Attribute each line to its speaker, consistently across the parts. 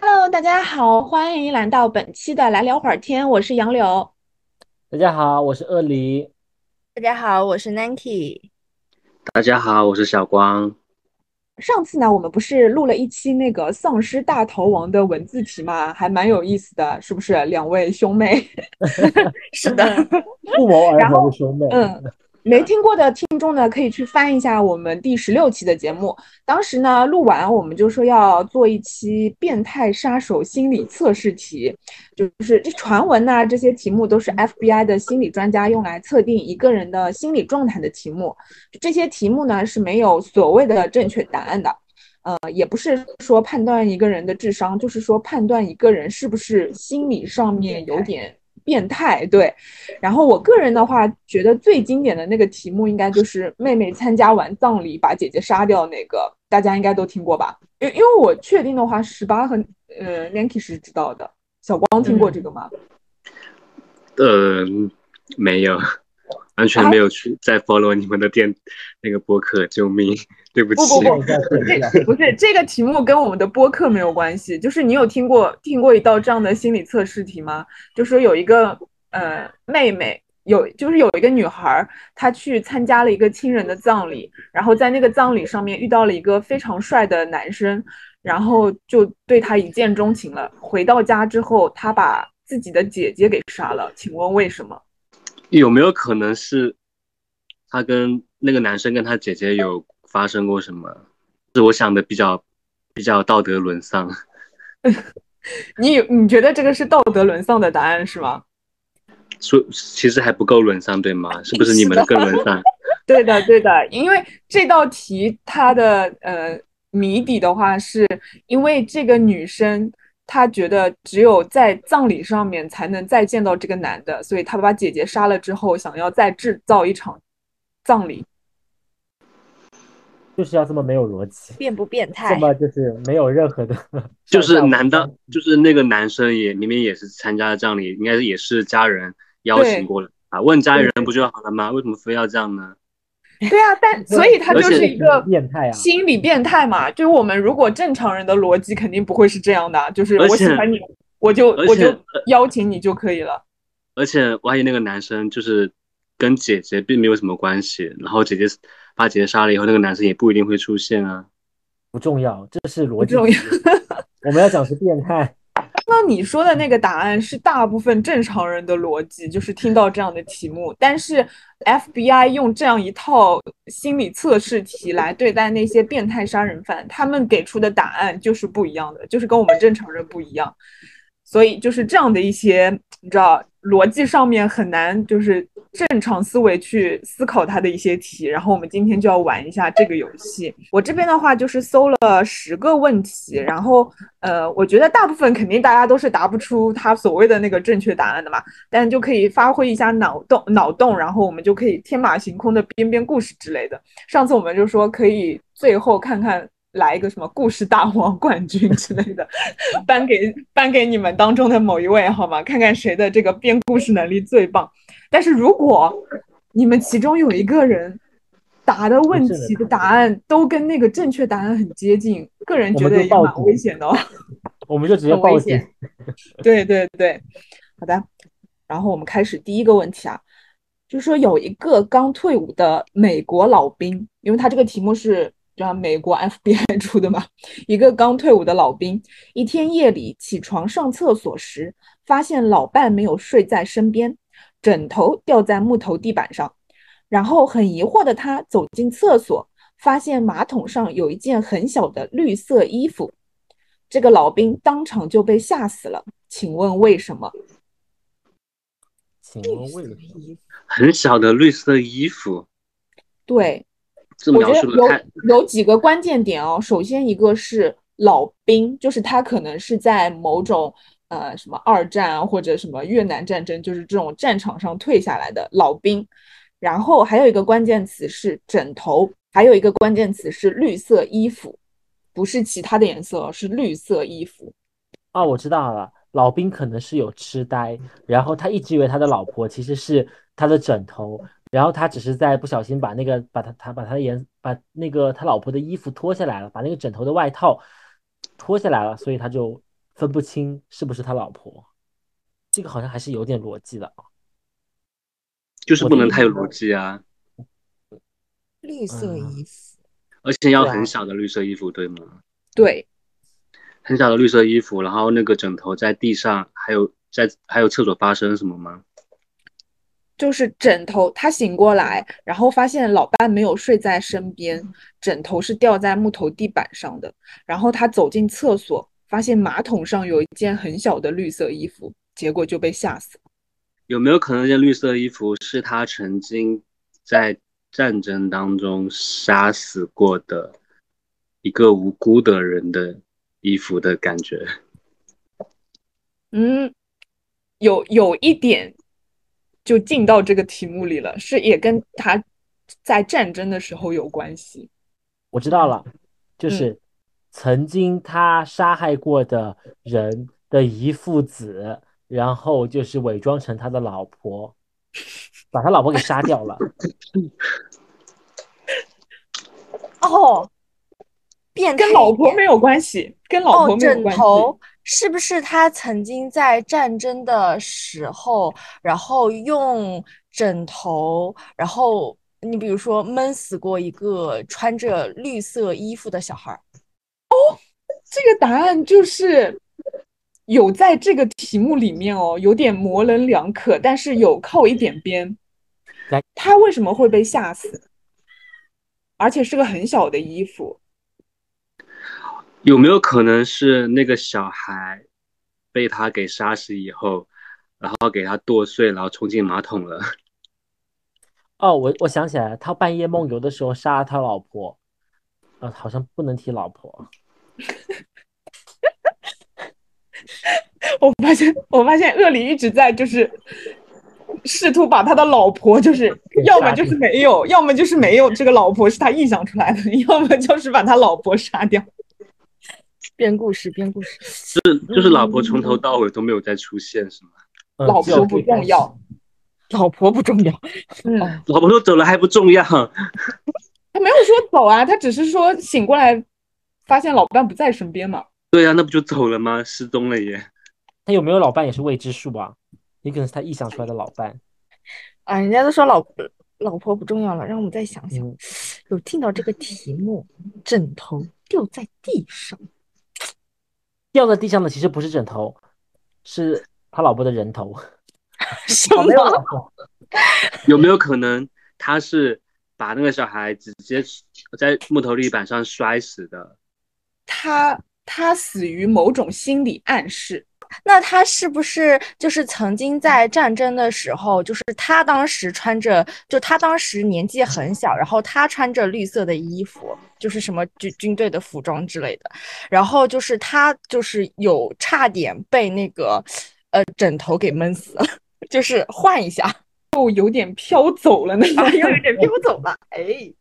Speaker 1: Hello，大家好，欢迎来到本期的来聊会儿天，我是杨柳。
Speaker 2: 大家好，我是鳄梨。
Speaker 3: 大家好，我是 Nanki。
Speaker 4: 大家好，我是小光。
Speaker 1: 上次呢，我们不是录了一期那个丧尸大逃亡的文字题吗？还蛮有意思的，是不是？两位兄妹，
Speaker 3: 是的，
Speaker 2: 不谋而
Speaker 1: 然
Speaker 2: 合
Speaker 1: 后
Speaker 2: 的兄妹。
Speaker 1: 嗯，没听过的听众呢，可以去翻一下我们第十六期的节目。当时呢，录完我们就说要做一期变态杀手心理测试题，就是这传闻呐、这些题目都是 FBI 的心理专家用来测定一个人的心理状态的题目。这些题目呢是没有所谓的正确答案的。呃，也不是说判断一个人的智商，就是说判断一个人是不是心理上面有点变态。对，然后我个人的话，觉得最经典的那个题目应该就是妹妹参加完葬礼把姐姐杀掉那个，大家应该都听过吧？因为因为我确定的话，十八和呃 Nanki 是知道的，小光听过这个吗？
Speaker 4: 呃，没有，完全没有去再 follow 你们的电那个播客，救命！对不起，
Speaker 1: 不不不
Speaker 2: 再见再见
Speaker 1: 不是这个题目跟我们的播客没有关系，就是你有听过听过一道这样的心理测试题吗？就说有一个呃妹妹，有就是有一个女孩儿，她去参加了一个亲人的葬礼，然后在那个葬礼上面遇到了一个非常帅的男生，然后就对他一见钟情了。回到家之后，她把自己的姐姐给杀了，请问为什么？
Speaker 4: 有没有可能是他跟那个男生跟他姐姐有发生过什么？是我想的比较比较道德沦丧。
Speaker 1: 你有你觉得这个是道德沦丧的答案是吗？
Speaker 4: 说其实还不够沦丧，对吗？是不是你们的更沦丧？
Speaker 1: 对的，对的，因为这道题它的呃谜底的话，是因为这个女生她觉得只有在葬礼上面才能再见到这个男的，所以她把姐姐杀了之后，想要再制造一场葬礼。
Speaker 2: 就是要这么没有逻辑，
Speaker 3: 变不变态
Speaker 2: 这？么就是没有任何的
Speaker 4: 就
Speaker 2: 上下文
Speaker 4: 是
Speaker 2: 章。
Speaker 4: 难道就是那个男生也明明也是参加了葬礼，应该也是家人邀
Speaker 1: 对
Speaker 4: 请过了啊？问家人不就好了吗？为什么非要这样呢？
Speaker 1: 对啊，但 所以她就是一
Speaker 2: 而
Speaker 1: 个
Speaker 2: 且变态啊！
Speaker 1: 心理变态嘛。就是我们如果正常人的逻辑肯定不会是这样的，啊就是
Speaker 4: 而
Speaker 1: 我喜
Speaker 4: 且
Speaker 1: 欢你，我就
Speaker 4: 而
Speaker 1: 我
Speaker 4: 且呃
Speaker 1: 就邀请你就可以了。
Speaker 4: 而且我还以为那个男生就是跟姐姐并没有什么关系，然后姐姐把姐姐杀了以后，那个男生也不一定会出现啊。
Speaker 2: 不重要，这是逻
Speaker 1: 不
Speaker 2: 辑
Speaker 1: 重要
Speaker 2: 题。我们要讲是变态，
Speaker 1: 那你说的那个答案是大部分正常人的逻辑，就是听到这样的题目，但是 FBI 用这样一套心理测试题来对待那些变态杀人犯，他们给出的答案就是不一样的，就是跟我们正常人不一样。所以就是这样的一些，你知道，逻辑上面很难就是正常思维去思考它的一些题。然后我们今天就要玩一下这个游戏。我这边的话就是搜了十个问题，然后呃，我觉得大部分肯定大家都是答不出他所谓的那个正确答案的嘛，但就可以发挥一下脑洞，脑洞，然后我们就可以天马行空的编编故事之类的。上次我们就说可以最后看看来一个什么故事大王冠军之类的，颁给颁给你们当中的某一位好吗？看看谁的这个编故事能力最棒。但是如果你们其中有一个人答的问题的答案都跟那个正确答案很接近，个人觉得也蛮危险的哦。
Speaker 2: 我们就直接
Speaker 3: 很危
Speaker 2: 报警
Speaker 3: 险。
Speaker 1: 对对对，好的。然后我们开始第一个问题啊，就是说有一个刚退伍的美国老兵，因为他这个题目是让美国 FBI 出的嘛，一个刚退伍的老兵，一天夜里起床上厕所时，发现老伴没有睡在身边，枕头掉在木头地板上，然后很疑惑的他走进厕所，发现马桶上有一件很小的绿色衣服，这个老兵当场就被吓死了。请问为什么？
Speaker 2: 请问哦为什么？
Speaker 4: 很小的绿色衣服，
Speaker 1: 对，
Speaker 4: 这
Speaker 1: 我
Speaker 4: 描
Speaker 1: 觉
Speaker 4: 述
Speaker 1: 得
Speaker 4: 的太……
Speaker 1: 有有几个关键点哦。首先一个是老兵，就是他可能是在某种呃什么二战啊或者什么越南战争，就是这种战场上退下来的老兵。然后还有一个关键词是枕头，还有一个关键词是绿色衣服，不是其他的颜色哦，是绿色衣服。
Speaker 2: 啊，我知道了，老兵可能是有痴呆，然后他一直以为他的老婆其实是他的枕头，然后他只是在不小心把那个把他他把他的颜把那个他老婆的衣服脱下来了，把那个枕头的外套脱下来了，所以他就分不清是不是他老婆。这个好像还是有点逻辑的啊。
Speaker 4: 就是不能太有逻辑啊，
Speaker 5: 绿色
Speaker 2: 嗯
Speaker 5: 衣服，
Speaker 4: 而且要
Speaker 2: 对啊
Speaker 4: 很小的绿色衣服，对吗？
Speaker 1: 对，
Speaker 4: 很小的绿色衣服，然后那个枕头在地上，还有在还有厕所发生什么吗？
Speaker 1: 就是枕头，他醒过来，然后发现老伴没有睡在身边，
Speaker 6: 嗯
Speaker 1: 枕头是掉在木头地板上的。然后他走进厕所，发现马桶上有一件很小的绿色衣服，结果就被吓死了。
Speaker 4: 有没有可能那件绿色衣服是他曾经在战争当中杀死过的一个无辜的人的衣服的感觉？
Speaker 1: 嗯，有有一点就进到这个题目里了，是也跟他在战争的时候有关系。
Speaker 2: 我知道了，
Speaker 1: 嗯
Speaker 2: 就是曾经他杀害过的人的姨父子，然后就是伪装成他的老婆，把他老婆给杀掉了。
Speaker 6: 哦，变态
Speaker 1: 跟
Speaker 6: 一
Speaker 1: 老婆
Speaker 6: 点
Speaker 1: 没有关系，跟老婆
Speaker 6: 哦，
Speaker 1: 没有
Speaker 6: 枕
Speaker 1: 关系。
Speaker 6: 头是不是他曾经在战争的时候，然后用枕头，然后你比如说闷死过一个穿着绿色衣服的小孩儿？
Speaker 1: 这个答案就是有在这个题目里面哦，有点模棱两可，但是有靠一点边
Speaker 2: 来。
Speaker 1: 他为什么会被吓死？而且是个很小的衣服，
Speaker 4: 有没有可能是那个小孩被他给杀死以后，然后给他剁碎，然后冲进马桶了？
Speaker 2: 哦，我我想起来了，他半夜梦游的时候杀了他老婆，呃，好像不能提老婆。
Speaker 1: 我发现，我发现恶里一直在就是试图把他的老婆，就是
Speaker 2: 给
Speaker 1: 要么
Speaker 2: 杀
Speaker 1: 就是
Speaker 2: 掉
Speaker 1: 没有，要么就是没有这个老婆是他臆想出来的，要么就是把他老婆杀掉。
Speaker 6: 编故事，编故事。
Speaker 4: 就是老婆从头到尾都没有再出现，是吗？
Speaker 2: 嗯，
Speaker 1: 老
Speaker 2: 只有
Speaker 1: 婆不
Speaker 2: 最开
Speaker 1: 重
Speaker 2: 始
Speaker 1: 要，
Speaker 6: 老婆不重要，
Speaker 1: 嗯，
Speaker 4: 老婆都走了还不重要，
Speaker 1: 他没有说走啊，他只是说醒过来，发现老伴不在身边嘛。
Speaker 4: 对啊呀、那不就走了吗？失踪了耶。
Speaker 2: 他有没有老伴也是未知数啊，也可能是他臆想出来的老伴。
Speaker 6: 啊！人家都说老老婆不重要了，让我们再想想
Speaker 2: 嗯。
Speaker 6: 有听到这个题目，枕头掉在地 上，
Speaker 2: 掉在地上的其实不是枕头，是他老婆的 人头。
Speaker 6: 什
Speaker 2: 哦
Speaker 6: 么
Speaker 2: 没？有老婆，
Speaker 4: 有没有可能他是把那个小孩直接在木头地板上摔死的？
Speaker 1: 他他死于某种心理暗示，
Speaker 6: 那他是不是就是曾经在战争的时候，就是他当时穿着，就他当时年纪很小，然后他穿着绿色的衣服，就是什么军军队的服装之类的，然后就是他就是有差点被那个呃枕头给闷死了， 就是换一下，
Speaker 1: 又有点飘走了那个。
Speaker 6: 啊又有点飘走了，哎，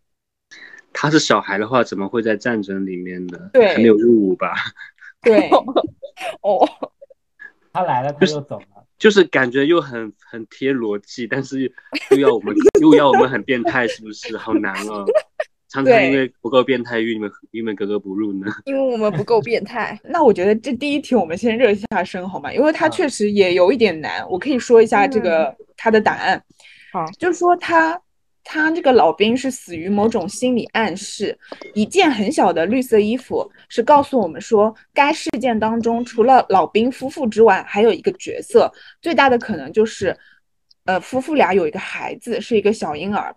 Speaker 4: 他是小孩的话，怎么会在战争里面呢？
Speaker 1: 对
Speaker 4: 还没有入伍吧？
Speaker 1: 对，
Speaker 6: 哦，
Speaker 2: 他来了他又走了。
Speaker 4: 就是感觉又很很贴逻辑，但是又 要我们又要我们很变态，是不是？好难 哦。常常因为不够变态，郁闷郁闷格格不入呢。
Speaker 6: 因为我们不够变 态，
Speaker 1: 那我觉得这第一题我们先热一下身好吗？因为它
Speaker 2: 嗯
Speaker 1: 确实也有一点难。我可以说一下这个它的答案。
Speaker 6: 好
Speaker 1: 就是说他他这个老兵是死于某种心理暗示，一件很小的绿色衣服是告诉我们说，该事件当中除了老兵夫妇之外，还有一个角色，最大的可能就是，呃，夫妇俩有一个孩子，是一个小婴儿。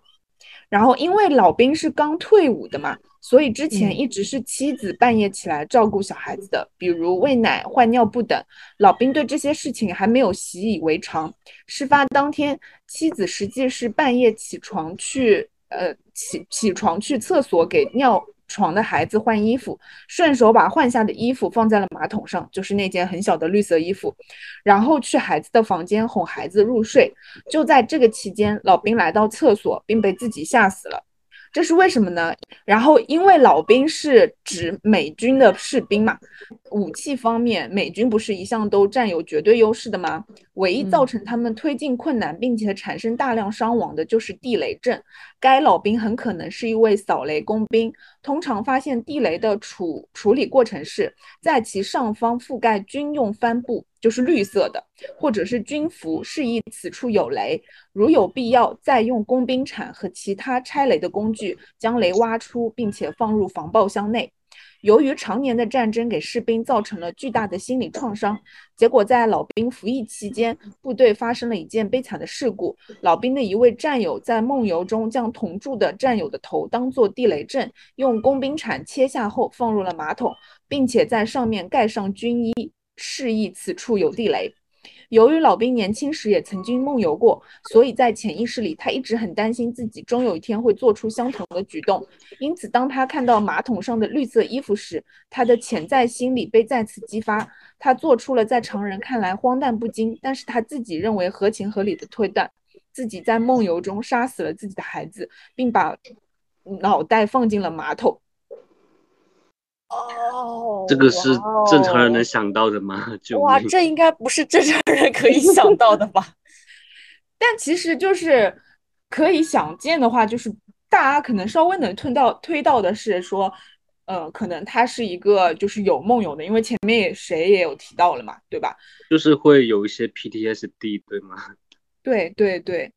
Speaker 1: 然后因为老兵是刚退伍的嘛，所以之前
Speaker 6: 嗯
Speaker 1: 一直是妻子半夜起来照顾小孩子的，比如喂奶、换尿布等。老兵对这些事情还没有习以为常。事发当天，妻子实际是半夜起床去，呃，起起床去厕所给尿床的孩子换衣服，顺手把换下的衣服放在了马桶上，就是那件很小的绿色衣服，然后去孩子的房间哄孩子入睡。就在这个期间，老兵来到厕所，并被自己吓死了。这是为什么呢？然后，因为老兵是指美军的士兵嘛，武器方面，美军不是一向都占有绝对优势的吗？唯一造成他们推进困难并且产生大量伤亡的就是地雷阵。该老兵很可能是一位扫雷工兵。通常发现地雷的处处理过程是在其上方覆盖军用帆布，就是绿色的，或者是军服，示意此处有雷。如有必要，再用工兵铲和其他拆雷的工具将雷挖出，并且放入防爆箱内。由于常年的战争给士兵造成了巨大的心理创伤，结果在老兵服役期间，部队发生了一件悲惨的事故。老兵的一位战友在梦游中将同住的战友的头当做地雷阵，用工兵铲切下后放入了马桶，并且在上面盖上军衣，示意此处有地雷。由于老兵年轻时也曾经梦游过，所以在潜意识里，他一直很担心自己终有一天会做出相同的举动。因此，当他看到马桶上的绿色衣服时，他的潜在心理被再次激发。他做出了在常人看来荒诞不经，但是他自己认为合情合理的推断：自己在梦游中杀死了自己的孩子，并把脑袋放进了马桶。
Speaker 3: 哦，
Speaker 4: 这个是
Speaker 3: 哇哦
Speaker 4: 正常人能想到的吗？救
Speaker 3: 哇，
Speaker 4: 命！
Speaker 3: 这应该不是正常人可以想到的吧？
Speaker 1: 但其实就是可以想见的话，就是大家可能稍微能推到推到的是说，呃，可能他是一个就是有梦游的，因为前面也谁也有提到了嘛，对吧？
Speaker 4: 就是会有一些 PTSD 对吗？
Speaker 1: 对对对，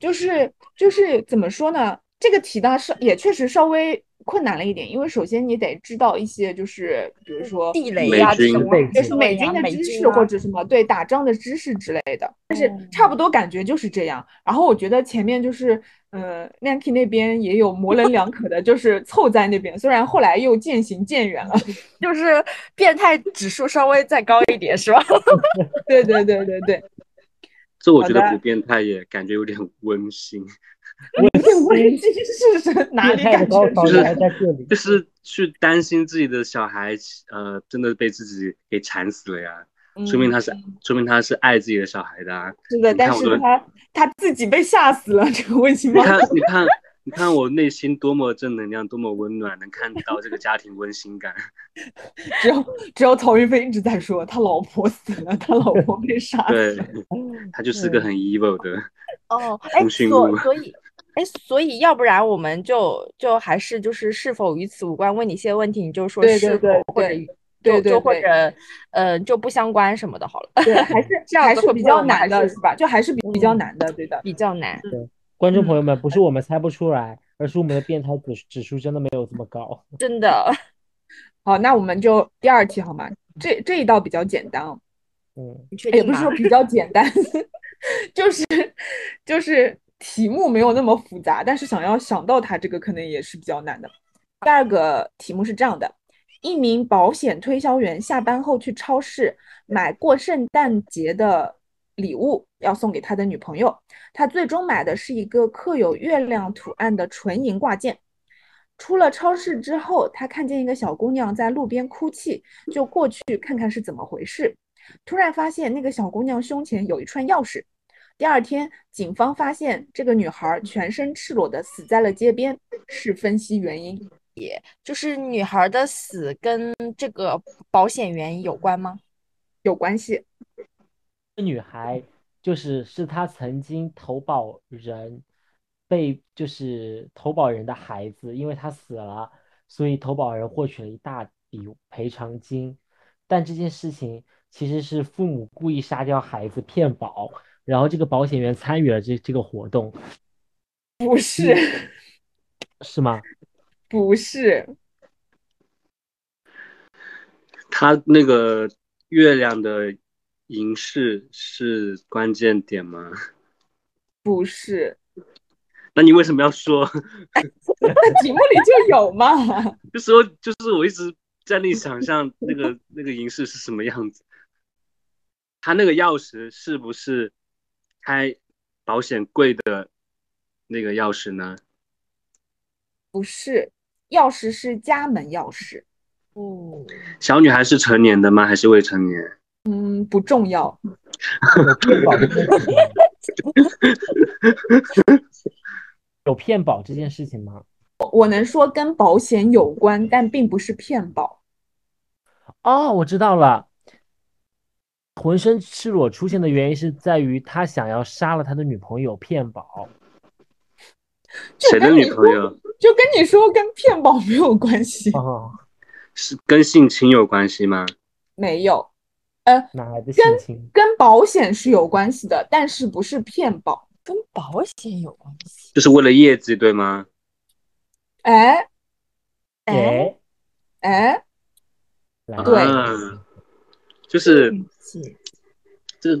Speaker 1: 就是就是怎么说呢？这个题呢是也确实稍微困难了一点，因为首先你得知道一些就是比如说
Speaker 3: 地雷
Speaker 4: 美
Speaker 3: 呀、
Speaker 4: 军
Speaker 3: 什么
Speaker 2: 背景
Speaker 1: 就是美军的知
Speaker 6: 啊
Speaker 1: 识或者什么对打仗的知识之类的，但是
Speaker 6: 嗯
Speaker 1: 差不多感觉就是这样。然后我觉得前面就是，呃，Nanki 那边也有模棱两可的，就是凑在那边，虽然后来又渐行渐远了。
Speaker 3: 就是变态指数稍微再高一点是吧？
Speaker 1: 对对对对对，
Speaker 4: 这我觉得
Speaker 1: 好的
Speaker 4: 不变态也感觉有点温馨，
Speaker 1: 我也这 是是哪
Speaker 2: 变
Speaker 1: 里
Speaker 2: 态的
Speaker 1: 感
Speaker 2: 高潮
Speaker 1: 觉出
Speaker 2: 还
Speaker 1: 来？
Speaker 2: 在这里
Speaker 4: 就。是去担心自己的小孩，呃，真的被自己给惨死了呀，说明他是
Speaker 1: 嗯
Speaker 4: 说明他是爱自己的小孩的啊。
Speaker 1: 是的，
Speaker 4: 你看
Speaker 1: 但
Speaker 4: 我
Speaker 1: 是
Speaker 4: 的
Speaker 1: 他他自己被吓死了，这个问题
Speaker 4: 你
Speaker 1: 吗？
Speaker 4: 看，你看，你看我内心多么正能量，多么温暖，能看到这个家庭温馨感。
Speaker 1: 只有只有曹云飞一直在说他老婆死了，他老婆被杀
Speaker 4: 对
Speaker 1: 死了。，
Speaker 4: 他就是个很 evil 的。
Speaker 3: 哦，哎，
Speaker 4: 通讯录
Speaker 3: 所所以，哎，所以要不然我们就就还是就是是否与此无关？问你一些问题，你就说
Speaker 1: 对
Speaker 3: 是否
Speaker 1: 对对
Speaker 3: 或者
Speaker 1: 对
Speaker 3: 就
Speaker 1: 对对
Speaker 3: 就或
Speaker 1: 对
Speaker 3: 者呃就不相关什么的，好了，
Speaker 1: 对，还是
Speaker 3: 这样
Speaker 1: 还
Speaker 3: 子
Speaker 1: 是
Speaker 3: 会
Speaker 1: 比
Speaker 3: 不会
Speaker 1: 较
Speaker 3: 我们还
Speaker 1: 难的，
Speaker 3: 是
Speaker 1: 是吧？就还是比比较难的，对的。
Speaker 3: 比较难。
Speaker 1: 嗯
Speaker 2: 观众朋友们，不是我们猜不出来，而是我们的变态指指数真的没有这么高。
Speaker 3: 真的，
Speaker 1: 好，那我们就第二题好吗？这这一道比较简单哦，
Speaker 2: 嗯，
Speaker 3: 你确定
Speaker 1: 也哎不
Speaker 3: 吗
Speaker 1: 是？说比较简单， 就是就是题目没有那么复杂，但是想要想到它这个可能也是比较难的。第二个题目是这样的：一名保险推销员下班后去超市买过圣诞节的礼物，要送给他的女朋友。他最终买的是一个刻有月亮图案的纯银挂件。出了超市之后，他看见一个小姑娘在路边哭泣，就过去看看是怎么回事。突然发现那个小姑娘胸前有一串钥匙。第二天，警方发现这个女孩全身赤裸的死在了街边，是分析原因。
Speaker 3: 就是女孩的死跟这个保险员有关吗？
Speaker 1: 有关系。
Speaker 2: 这女孩就是是她曾经投保人被就是投保人的孩子，因为她死了，所以投保人获取了一大笔赔偿金。但这件事情其实是父母故意杀掉孩子骗保，然后这个保险员参与了这这个活动，
Speaker 1: 不是，
Speaker 2: 是吗？
Speaker 1: 不是，
Speaker 4: 他那个月亮的银饰是关键点吗？
Speaker 1: 不是。
Speaker 4: 那你为什么要说？
Speaker 1: 那题目里就有嘛。
Speaker 4: 就是我，就是我一直在那里想象那个那个银饰是什么样子。他那个钥匙是不是开保险柜的那个钥匙呢？
Speaker 1: 不是，钥匙是家门钥匙。哦
Speaker 3: 嗯，
Speaker 4: 小女孩是成年的吗？还是未成年？
Speaker 1: 嗯，不重要。
Speaker 2: 有骗保这件事情吗 有骗保这件事情吗？
Speaker 1: 我能说跟保险有关，但并不是骗保。
Speaker 2: 哦，我知道了，浑身赤裸出现的原因是在于他想要杀了他的女朋友骗宝。
Speaker 1: 就
Speaker 4: 谁的
Speaker 1: 跟你
Speaker 4: 女
Speaker 1: 说
Speaker 4: 朋友
Speaker 1: 就跟你说跟骗保没有关系，
Speaker 2: 哦，
Speaker 4: 是跟性侵有关系吗？
Speaker 1: 没有，
Speaker 2: 哪来的性
Speaker 1: 跟
Speaker 2: 侵？
Speaker 1: 跟保险是有关系的，但是不是骗保。
Speaker 6: 跟保险有关系。
Speaker 4: 就是为了业绩对吗？
Speaker 1: 哎
Speaker 3: 哎，
Speaker 2: 哎，
Speaker 1: 哎，
Speaker 2: 来嗯
Speaker 1: 对嗯
Speaker 4: 啊就是
Speaker 6: 运气
Speaker 4: 这，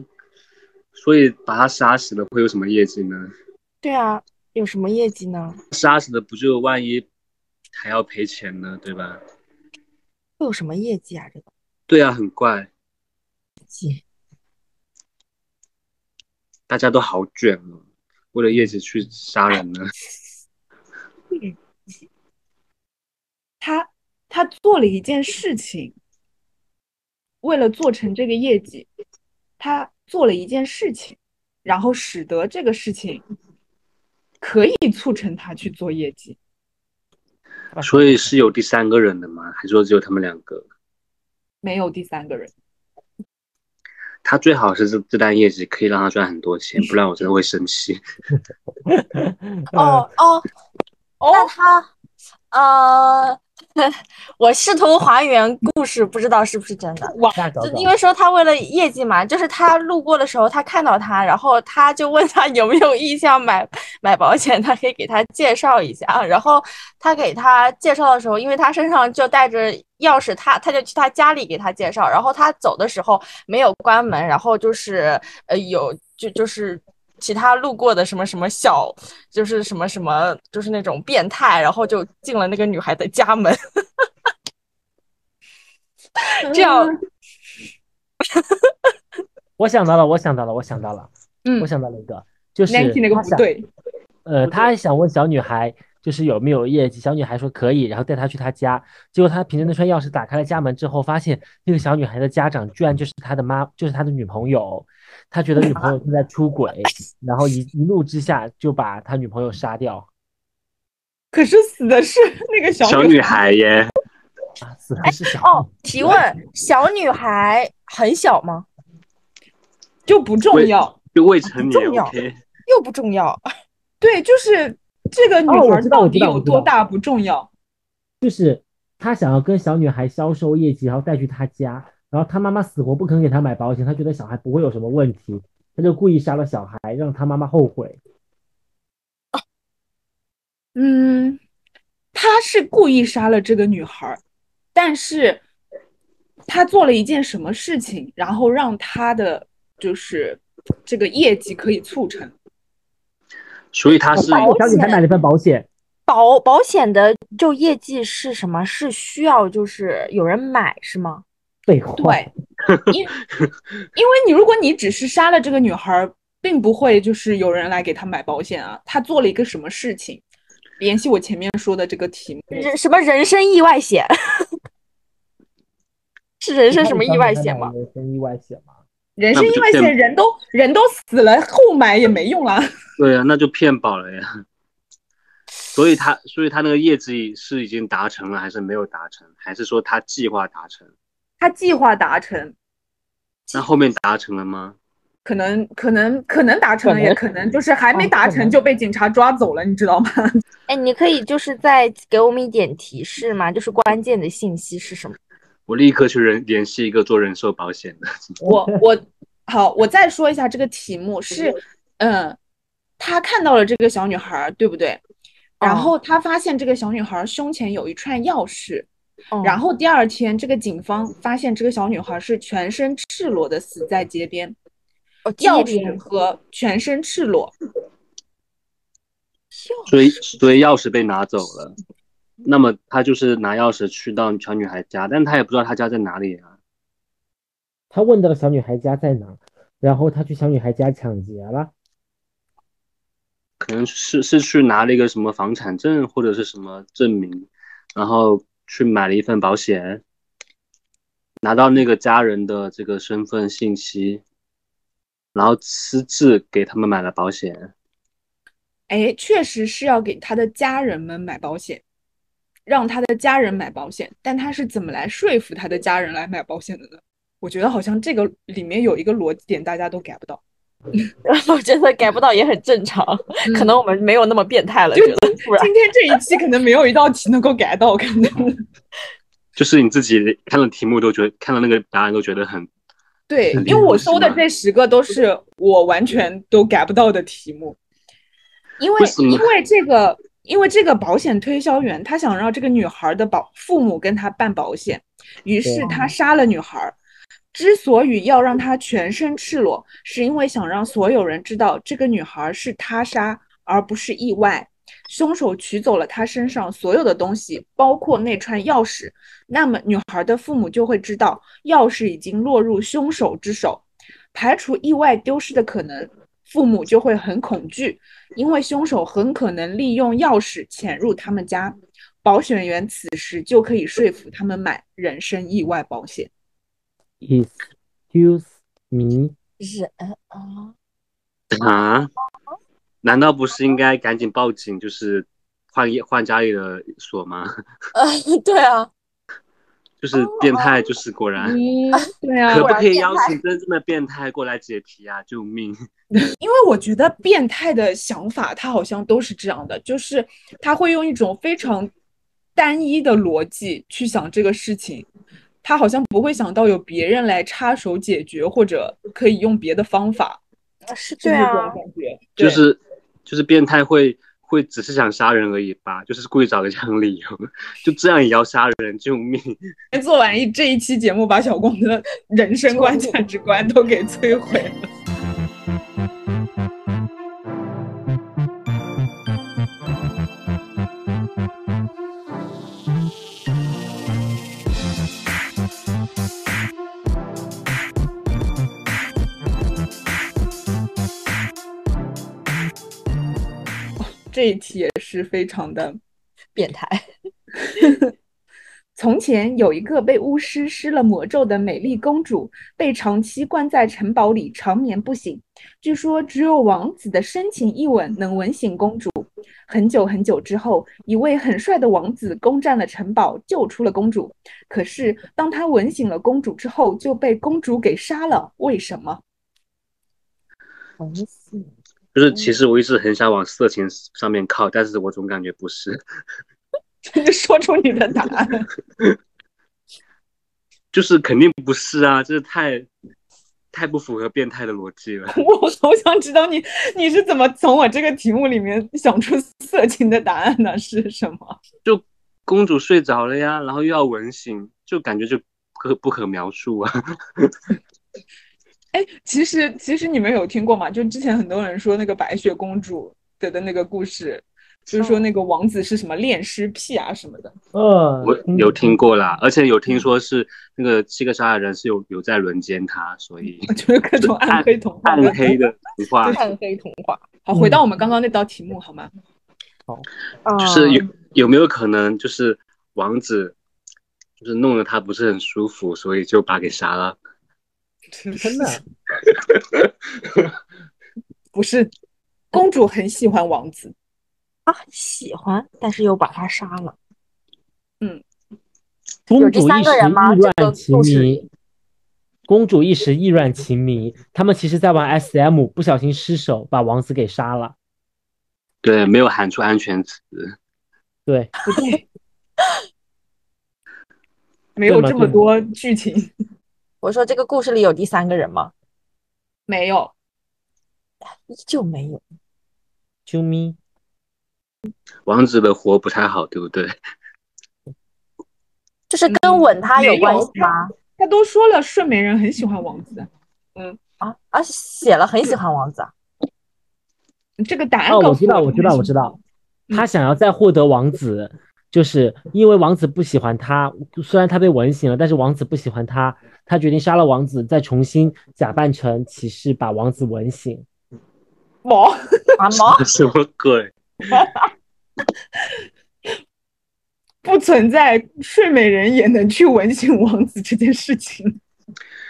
Speaker 4: 所以把他杀死了会有什么业绩呢？
Speaker 3: 对啊，有什么业绩呢？
Speaker 4: 杀死了不就万一还要赔钱呢，对吧？
Speaker 3: 会有什么业绩啊？这个
Speaker 4: 对啊，很怪，大家都好卷哦，为了业绩去杀人呢。
Speaker 1: 他他做了一件事情，为了做成这个业绩，他做了一件事情，然后使得这个事情可以促成他去做业绩。
Speaker 4: 所以是有第三个人的吗？还是说只有他们两个？
Speaker 1: 没有第三个人，
Speaker 4: 他最好是这这单业绩可以让他赚很多钱，不然我真的会生气。
Speaker 2: 呃
Speaker 6: 哦哦，那他呃， 我试图还原故事，不知道是不是真的。
Speaker 2: 下找
Speaker 6: 就
Speaker 2: 找
Speaker 6: 因为说他为了业绩嘛，就是他路过的时候，他看到他，然后他就问他有没有意向买买保险，他可以给他介绍一下。然后他给他介绍的时候，因为他身上就带着钥匙，他他就去他家里给他介绍。然后他走的时候没有关门，然后就是呃有就就是其他路过的什么什么小，就是什么什么就是那种变态，然后就进了那个女孩的家门。 这样
Speaker 2: 我想到了，我想到了，我想到了，
Speaker 1: 嗯
Speaker 2: 我想到了一个，就是
Speaker 1: ，Nancy 那个
Speaker 2: 他
Speaker 1: 不
Speaker 2: 想，
Speaker 1: 对，
Speaker 2: 呃，他还想问小女孩就是有没有业绩，小女孩说可以，然后带她去她家，结果他凭着那串钥匙打开了家门之后，发现那个小女孩的家长居然就是她的妈，就是她的女朋友，他觉得女朋友正在出轨，然后一一怒之下就把他女朋友杀掉
Speaker 1: 可是死的 是那个小
Speaker 4: 小女孩耶，
Speaker 2: 啊，死的是小
Speaker 6: 哦，提问：小女孩很小吗？
Speaker 1: 就不重
Speaker 4: 喂
Speaker 1: 要。
Speaker 4: 就未成年
Speaker 6: 重要
Speaker 4: ，OK，
Speaker 6: 又不重要。
Speaker 1: 对，就是这个女
Speaker 2: 哦我
Speaker 1: 孩
Speaker 2: 知道
Speaker 1: 到
Speaker 2: 我
Speaker 1: 底
Speaker 2: 知道
Speaker 1: 有
Speaker 2: 我知
Speaker 1: 多
Speaker 2: 道
Speaker 1: 大不重要。
Speaker 2: 他想要跟小女孩销售业绩，然后带去她家，然后她妈妈死活不肯给她买保险，他觉得小孩不会有什么问题，他就故意杀了小孩，让他妈妈后悔。
Speaker 1: 嗯，他是故意杀了这个女孩儿，但是他做了一件什么事情，然后让他的就是这个业绩可以促成。
Speaker 4: 所以他是
Speaker 6: 保
Speaker 2: 小女孩买了一份保险，
Speaker 6: 保保险的就业绩是什么？是需要就是有人买是吗？
Speaker 2: 废话，
Speaker 1: 对， 因因为你如果你只是杀了这个女孩儿，并不会就是有人来给她买保险啊。她做了一个什么事情？联系我前面说的这个题目，
Speaker 6: 人什么人身意外险？ 是人身什么意外险吗？？
Speaker 2: 人身意外险吗？
Speaker 1: 人
Speaker 4: 那
Speaker 1: 身
Speaker 4: 不
Speaker 1: 意
Speaker 4: 就
Speaker 1: 外
Speaker 4: 骗
Speaker 1: 险，人都人都死了，后买也没用啦。
Speaker 4: 对啊，那就骗保了呀。所以他，所以他那个业绩是已经达成了，还是没有达成，还是说他计划达成？
Speaker 1: 他计划达成，
Speaker 4: 那后面达成了吗？
Speaker 1: 可能可能可能达成了，
Speaker 2: 可能
Speaker 1: 也可能就是还没
Speaker 2: 哦
Speaker 1: 达
Speaker 2: 可
Speaker 1: 成
Speaker 2: 能
Speaker 1: 就被警察抓走了，你知道吗？
Speaker 6: 哎，你可以就是再给我们一点提示吗？就是关键的信息是什么？
Speaker 4: 我立刻去人联系一个做人寿保险的。
Speaker 1: 我我好，我再说一下这个题目是，嗯，他看到了这个小女孩儿，对不对？然
Speaker 6: 哦
Speaker 1: 后他发现这个小女孩儿胸前有一串钥匙，
Speaker 6: 哦
Speaker 1: 然后第二天这个警方发现这个小女孩儿是全身赤裸的死在街边，
Speaker 6: 哦，接
Speaker 1: 钥匙
Speaker 6: 连
Speaker 1: 和全身赤裸，
Speaker 4: 所以，所以钥匙被拿走了。那么他就是拿钥匙去到小女孩家，但他也不知道他家在哪里啊。
Speaker 2: 他问到了小女孩家在哪，然后他去小女孩家抢劫了。
Speaker 4: 可能是是去拿了一个什么房产证或者是什么证明，然后去买了一份保险，拿到那个家人的这个身份信息，然后私自给他们买了保险。
Speaker 1: 哎，确实是要给他的家人们买保险，让他的家人买保险，但他是怎么来说服他的家人来买保险的呢？我觉得好像这个里面有一个逻辑点，大家都 get 不到。
Speaker 6: 我觉得改不到也很正常，可能我们没有那么变态了，
Speaker 1: 就
Speaker 6: 觉得突然
Speaker 1: 今天这一期可能没有一道题能够 get 到，我感觉。
Speaker 4: 嗯就是你自己看了题目都觉得，看到那个答案都觉得很
Speaker 1: 对，
Speaker 4: 肯
Speaker 1: 因
Speaker 4: 定
Speaker 1: 为我
Speaker 4: 不是
Speaker 1: 搜的
Speaker 4: 嘛
Speaker 1: 这十个都是我完全都 get 不到的题目，因为
Speaker 4: 为什么
Speaker 1: 因为这个，因为这个保险推销员他想让这个女孩的保父母跟他办保险，于是
Speaker 2: 对
Speaker 1: 他杀了女孩。之所以要让她全身赤裸，是因为想让所有人知道这个女孩是他杀，而不是意外。凶手取走了她身上所有的东西，包括那串钥匙，那么女孩的父母就会知道钥匙已经落入凶手之手，排除意外丢失的可能，父母就会很恐惧，因为凶手很可能利用钥匙潜入他们家。保险员此时就可以说服他们买人身意外保险。
Speaker 2: Excuse me，
Speaker 6: 人啊，
Speaker 4: 啊？难道不是应该赶紧报警，就是换一换家里的锁吗？
Speaker 6: 呃，对啊，
Speaker 4: 就是变态，就是果然。
Speaker 1: 嗯，对
Speaker 4: 可
Speaker 1: 啊
Speaker 4: 不
Speaker 6: 果然
Speaker 4: 可以
Speaker 6: 哦变
Speaker 4: 邀
Speaker 6: 态
Speaker 4: 请真正的变态过来解题啊？救命！
Speaker 1: 因为我觉得变态的想法，他好像都是这样的，就是他会用一种非常单一的逻辑去想这个事情，他好像不会想到有别人来插手解决，或者可以用别的方法，
Speaker 6: 是
Speaker 1: 是不
Speaker 6: 对
Speaker 1: 是这种
Speaker 6: 啊
Speaker 1: 感，觉？
Speaker 4: 就
Speaker 1: 对
Speaker 4: 是就是变态会会只是想杀人而已吧，就是故意找个这样的理由， 就这样也要杀人，救命！
Speaker 1: 做完一这一期节目，把小光的人生观、价值观都给摧毁了。哦这一题也是非常的
Speaker 6: 变态。
Speaker 1: 从前有一个被巫师施了魔咒的美丽公主，被长期关在城堡里，长眠不醒。据说只有王子的深情一吻能吻醒公主。很久很久之后，一位很帅的王子攻占了城堡，救出了公主。可是当他吻醒了公主之后，就被公主给杀了。为什么？
Speaker 6: 嗯
Speaker 4: 就是其实我一直很想往色情上面靠，但是我总感觉不是，
Speaker 1: 就说出你的答案。
Speaker 4: 就是肯定不是啊，这太太不符合变态的逻辑了。
Speaker 1: 我好想知道你你是怎么从我这个题目里面想出色情的答案的？是什么？
Speaker 4: 公主睡着了呀，然后又要吻醒，就感觉就可不可描述啊。
Speaker 1: 哎，其实其实你们有听过吗？就之前很多人说那个白雪公主的的那个故事，就是说那个王子是什么恋尸癖啊什么的。
Speaker 2: 呃，
Speaker 4: 我有听过啦，而且有听说是那个七个杀人人是有有在轮奸他，所以
Speaker 1: 我觉得各种暗黑童话
Speaker 4: 暗
Speaker 1: 的。
Speaker 4: 黑的文化
Speaker 1: 对暗黑童话。好，回
Speaker 2: 嗯
Speaker 1: 到我们刚刚那道题目好吗？
Speaker 6: 呃
Speaker 4: 就是有有没有可能就是王子就是弄得他不是很舒服，所以就把他给杀了？
Speaker 2: 真的
Speaker 1: 不是，公主很喜欢王子。
Speaker 6: 啊，喜欢，但是又把他杀了。
Speaker 2: 公
Speaker 6: 有这
Speaker 2: 主
Speaker 6: 三
Speaker 2: 一
Speaker 6: 个
Speaker 2: 时
Speaker 6: 人吗
Speaker 2: 意
Speaker 6: 这
Speaker 2: 乱
Speaker 6: 个
Speaker 2: 情
Speaker 6: 故事
Speaker 2: 迷，公主一时意乱情迷，他们其实在玩 SM，不小心失手把王子给杀了。
Speaker 4: 对，没有喊出安全词，
Speaker 2: 对，
Speaker 1: 不对，没有
Speaker 2: 对吗
Speaker 1: 这么
Speaker 2: 对吗
Speaker 1: 多剧情，
Speaker 6: 我说这个故事里有第三个人吗？
Speaker 1: 没有。
Speaker 6: 依旧没有。
Speaker 2: 啾咪，
Speaker 4: 王子的活不太好，对不对？
Speaker 6: 就是
Speaker 1: 嗯
Speaker 6: 跟吻他有
Speaker 1: 没
Speaker 6: 关
Speaker 1: 有
Speaker 6: 系吗？
Speaker 1: 他都说了，睡美人很喜欢王子。
Speaker 6: 啊啊，写了很喜欢王 子啊，
Speaker 1: 这个答案
Speaker 2: 哦，
Speaker 1: 告
Speaker 2: 我
Speaker 1: 诉
Speaker 2: 知道，
Speaker 1: 我
Speaker 2: 我知道，我知道，
Speaker 1: 嗯
Speaker 2: 他想要再获得王子，就是因为王子不喜欢他，虽然他被吻醒了，但是王子不喜欢他，他决定杀了王子，再重新假扮成骑士把王子吻醒。
Speaker 1: 毛。
Speaker 6: 啊毛
Speaker 4: 什么鬼？
Speaker 1: 不存在睡美人也能去吻醒王子这件事情。